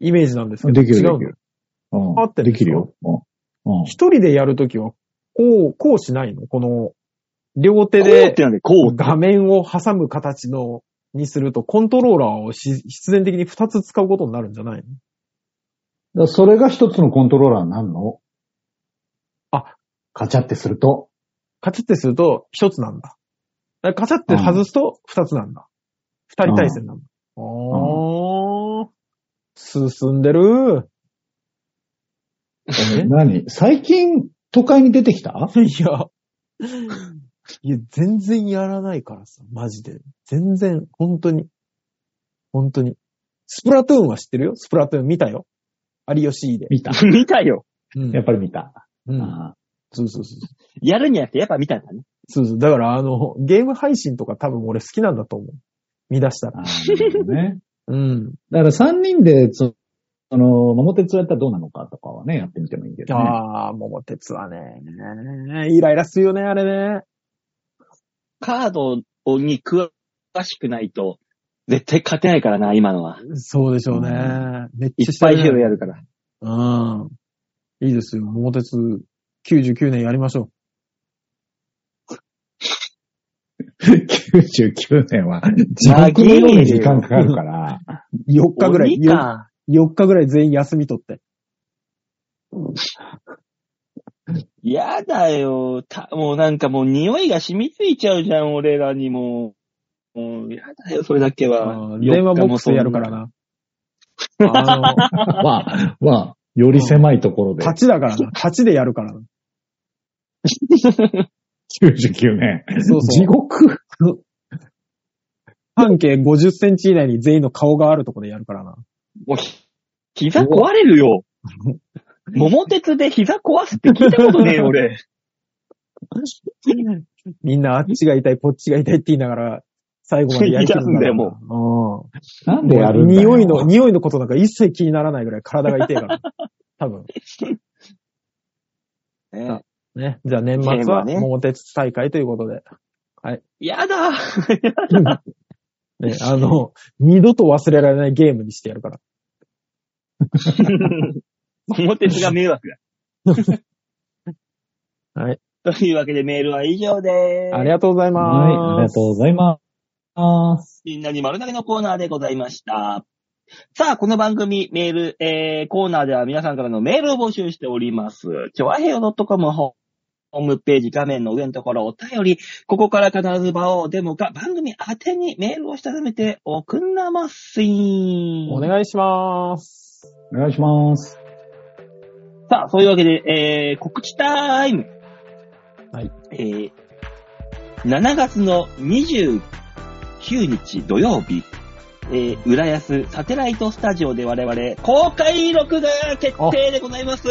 イメージなんですけど。できる違でうのきる。うん合ってるんでですかきるよ。うんうん一人でやるときは、こう、こうしないのこの、両手こうっでてなんで、こうって。画面を挟む形の、にすると、コントローラーをし必然的に二つ使うことになるんじゃないのだからそれが一つのコントローラーになんのあ、カチャってすると。カチャってすると一つなんだ。だからカチャって外すと二つなんだ。二、人対戦なんだ。あー、進んでる。え何最近、都会に出てきたいや、いや、全然やらないからさ、マジで。全然、本当に。本当に。スプラトゥーンは知ってるよスプラトゥーン見たよ。有吉で。見た。 見たよ。うんやっぱり見た。うん。あそうそうそう。やるんじゃなくて、やっぱ見たんだね。そうそう。だから、あの、ゲーム配信とか多分俺好きなんだと思う。見出したーら。あー、なるほどね。 うん。だから三人で、そその、桃鉄やったらどうなのかとかはね、やってみてもいいけどね。あー、桃鉄はね、イライラするよね、あれね。カードに詳しくないと、絶対勝てないからな、今のは。そうでしょうねう。めっいっちゃぱいねヒーローやるから。うん。いいですよ。桃鉄99年やりましょう。 99年は、地獄のように時間かかるから。 4日ぐらい、鬼か。 4日ぐらい全員休み取って。やだよ。た、もうなんかもう匂いが染みついちゃうじゃん、俺らにも。もう、やだよ、それだけは。電話ボックスでやるからな。あは、は、より狭いところの、で、立ちだからな。立ちでやるからな。 99年。そうそう地獄。半径50センチ以内に全員の顔があるとこでやるからな。もうひ、膝壊れるよ。桃鉄で膝壊すって聞いたこと ねえよ、俺。みんなあっちが痛い、こっちが痛いって言いながら、最後までやりきるからなやっちゃうんもなんうでん。やるんだよ匂いの、匂いのことなんか一切気にならないぐらい体が痛いから。多分。ねね。じゃあ年末はテーマね桃鉄大会ということで。やだ。 ね、あの、二度と忘れられないゲームにしてやるから。桃鉄が迷惑だ。 はい。 というわけでメールは以上です。ありがとうございます。はい、ありがとうございます。みんなに丸投げのコーナーでございました。さあ、この番組、メール、えー、コーナーでは皆さんからのメールを募集しております。ちょわへよ .com ホームページ画面の上のところお便り、ここから必ず場をデモか番組宛てにメールをしたためておくんなまっすい。お願いします。お願いします。さあ、そういうわけで、えー、告知タイム。はい。えー、7月の29日土曜日、えー、浦安サテライトスタジオで我々、公開録画決定でございます。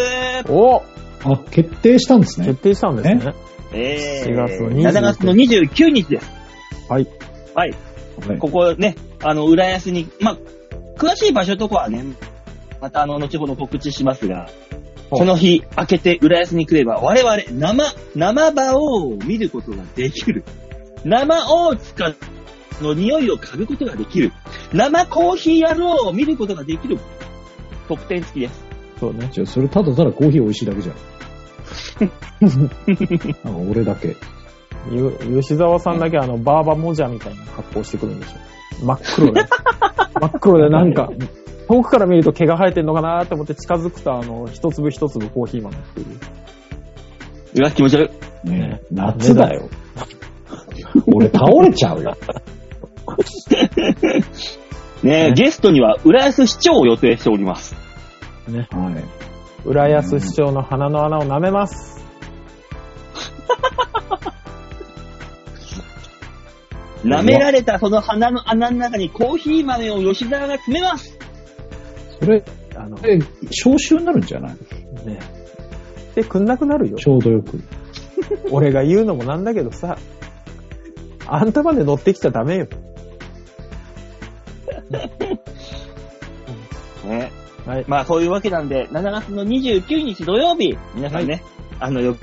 おあ、決定したんです決ね。定したんですね。え7月の29 7月の29日です。はい。はい。はいここね、あの、浦安に、まあ、詳しい場所とかはね、またあの、後ほど告知しますが、この日、明けて浦安に来れば、我々、生、生馬王を見ることができる。生大塚の匂いを嗅ぐことができる。生コーヒー野郎を見ることができる。特典付きです。そうね。じゃあそれただただコーヒー美味しいだ けじゃん。なんか俺だけ。ゆ吉沢さんだけあの、バーバモジャみたいな格好してくるんでしょ。真っ黒 で。真っ黒でなんか、遠くから見ると毛が生えてんのかなーって思って近づくと、あの、一粒一粒コーヒー豆っていう。うわ、気持ち悪い。ねえ夏だ よ。俺倒れちゃうよ。ねえねゲストには、浦安市長を予定しております。はい。浦安市長の鼻の穴を舐めます。舐められたその鼻の穴の中にコーヒー豆を吉沢が詰めます。それ、あの、え、消臭になるんじゃないね。で、くんなくなるよ。ちょうどよく。俺が言うのもなんだけどさ、あんたまで乗ってきちゃダメよ。ねはい。まあそういうわけなんで、7月の29日土曜日、皆さんね、あの、予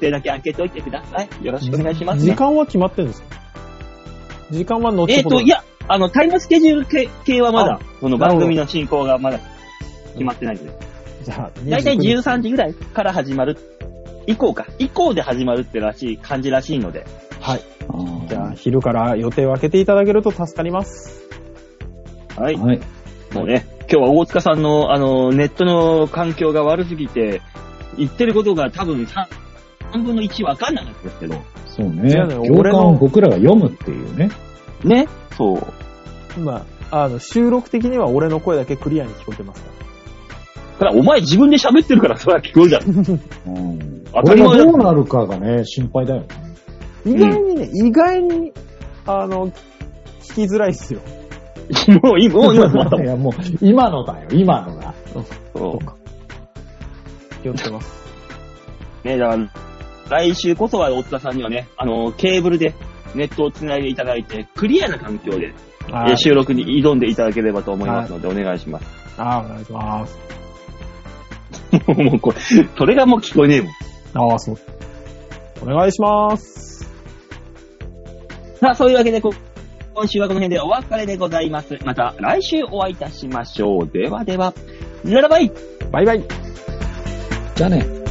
定だけ開けておいてください。よろしくお願いします、ね。時間は決まってるんですか時間は後ほど。えっ、と、いや、あの、タイムスケジュール系系はまだ、そのなる番ほど組の進行がまだ決まってないので。じゃあ、だいたい29 13時ぐらいから始まる、以降か、以降で始まるってらしい感じらしいので。はい。あじゃあ、昼から予定を空けていただけると助かります。はあい。はい。もうね、今日は大塚さんの、あの、ネットの環境が悪すぎて、言ってることが多分3、3分の1わかんなかったですけど。そうね。違うのよ行俺間のを僕らが読むっていうね。ね。そう。まあ、あの、収録的には俺の声だけクリアに聞こえてますかただ、お前自分で喋ってるから、それは聞こえるじゃん。うん。当こたりれ前だがどうなるかがね、心配だよね。ら。意外にね、意外に、あの、聞きづらいっすよ。もう今、もう 今止まったもんい。や、もう、今のだよ、今のが。そう気をつけます。ね、だから、来週こそは大塚さんにはね、あの、ケーブルでネットを繋いでいただいて、クリアな環境で、えはー収録に挑んでいただければと思いますので、お願いします。あーお願いします。もうこれ、それがもう聞こえねえもん。ああ、そう。お願いします。さあ、そういうわけで、こ今週はこの辺でお別れでございます。また来週お会いいたしましょう。ではでは、ならばいバイバイ。じゃあね。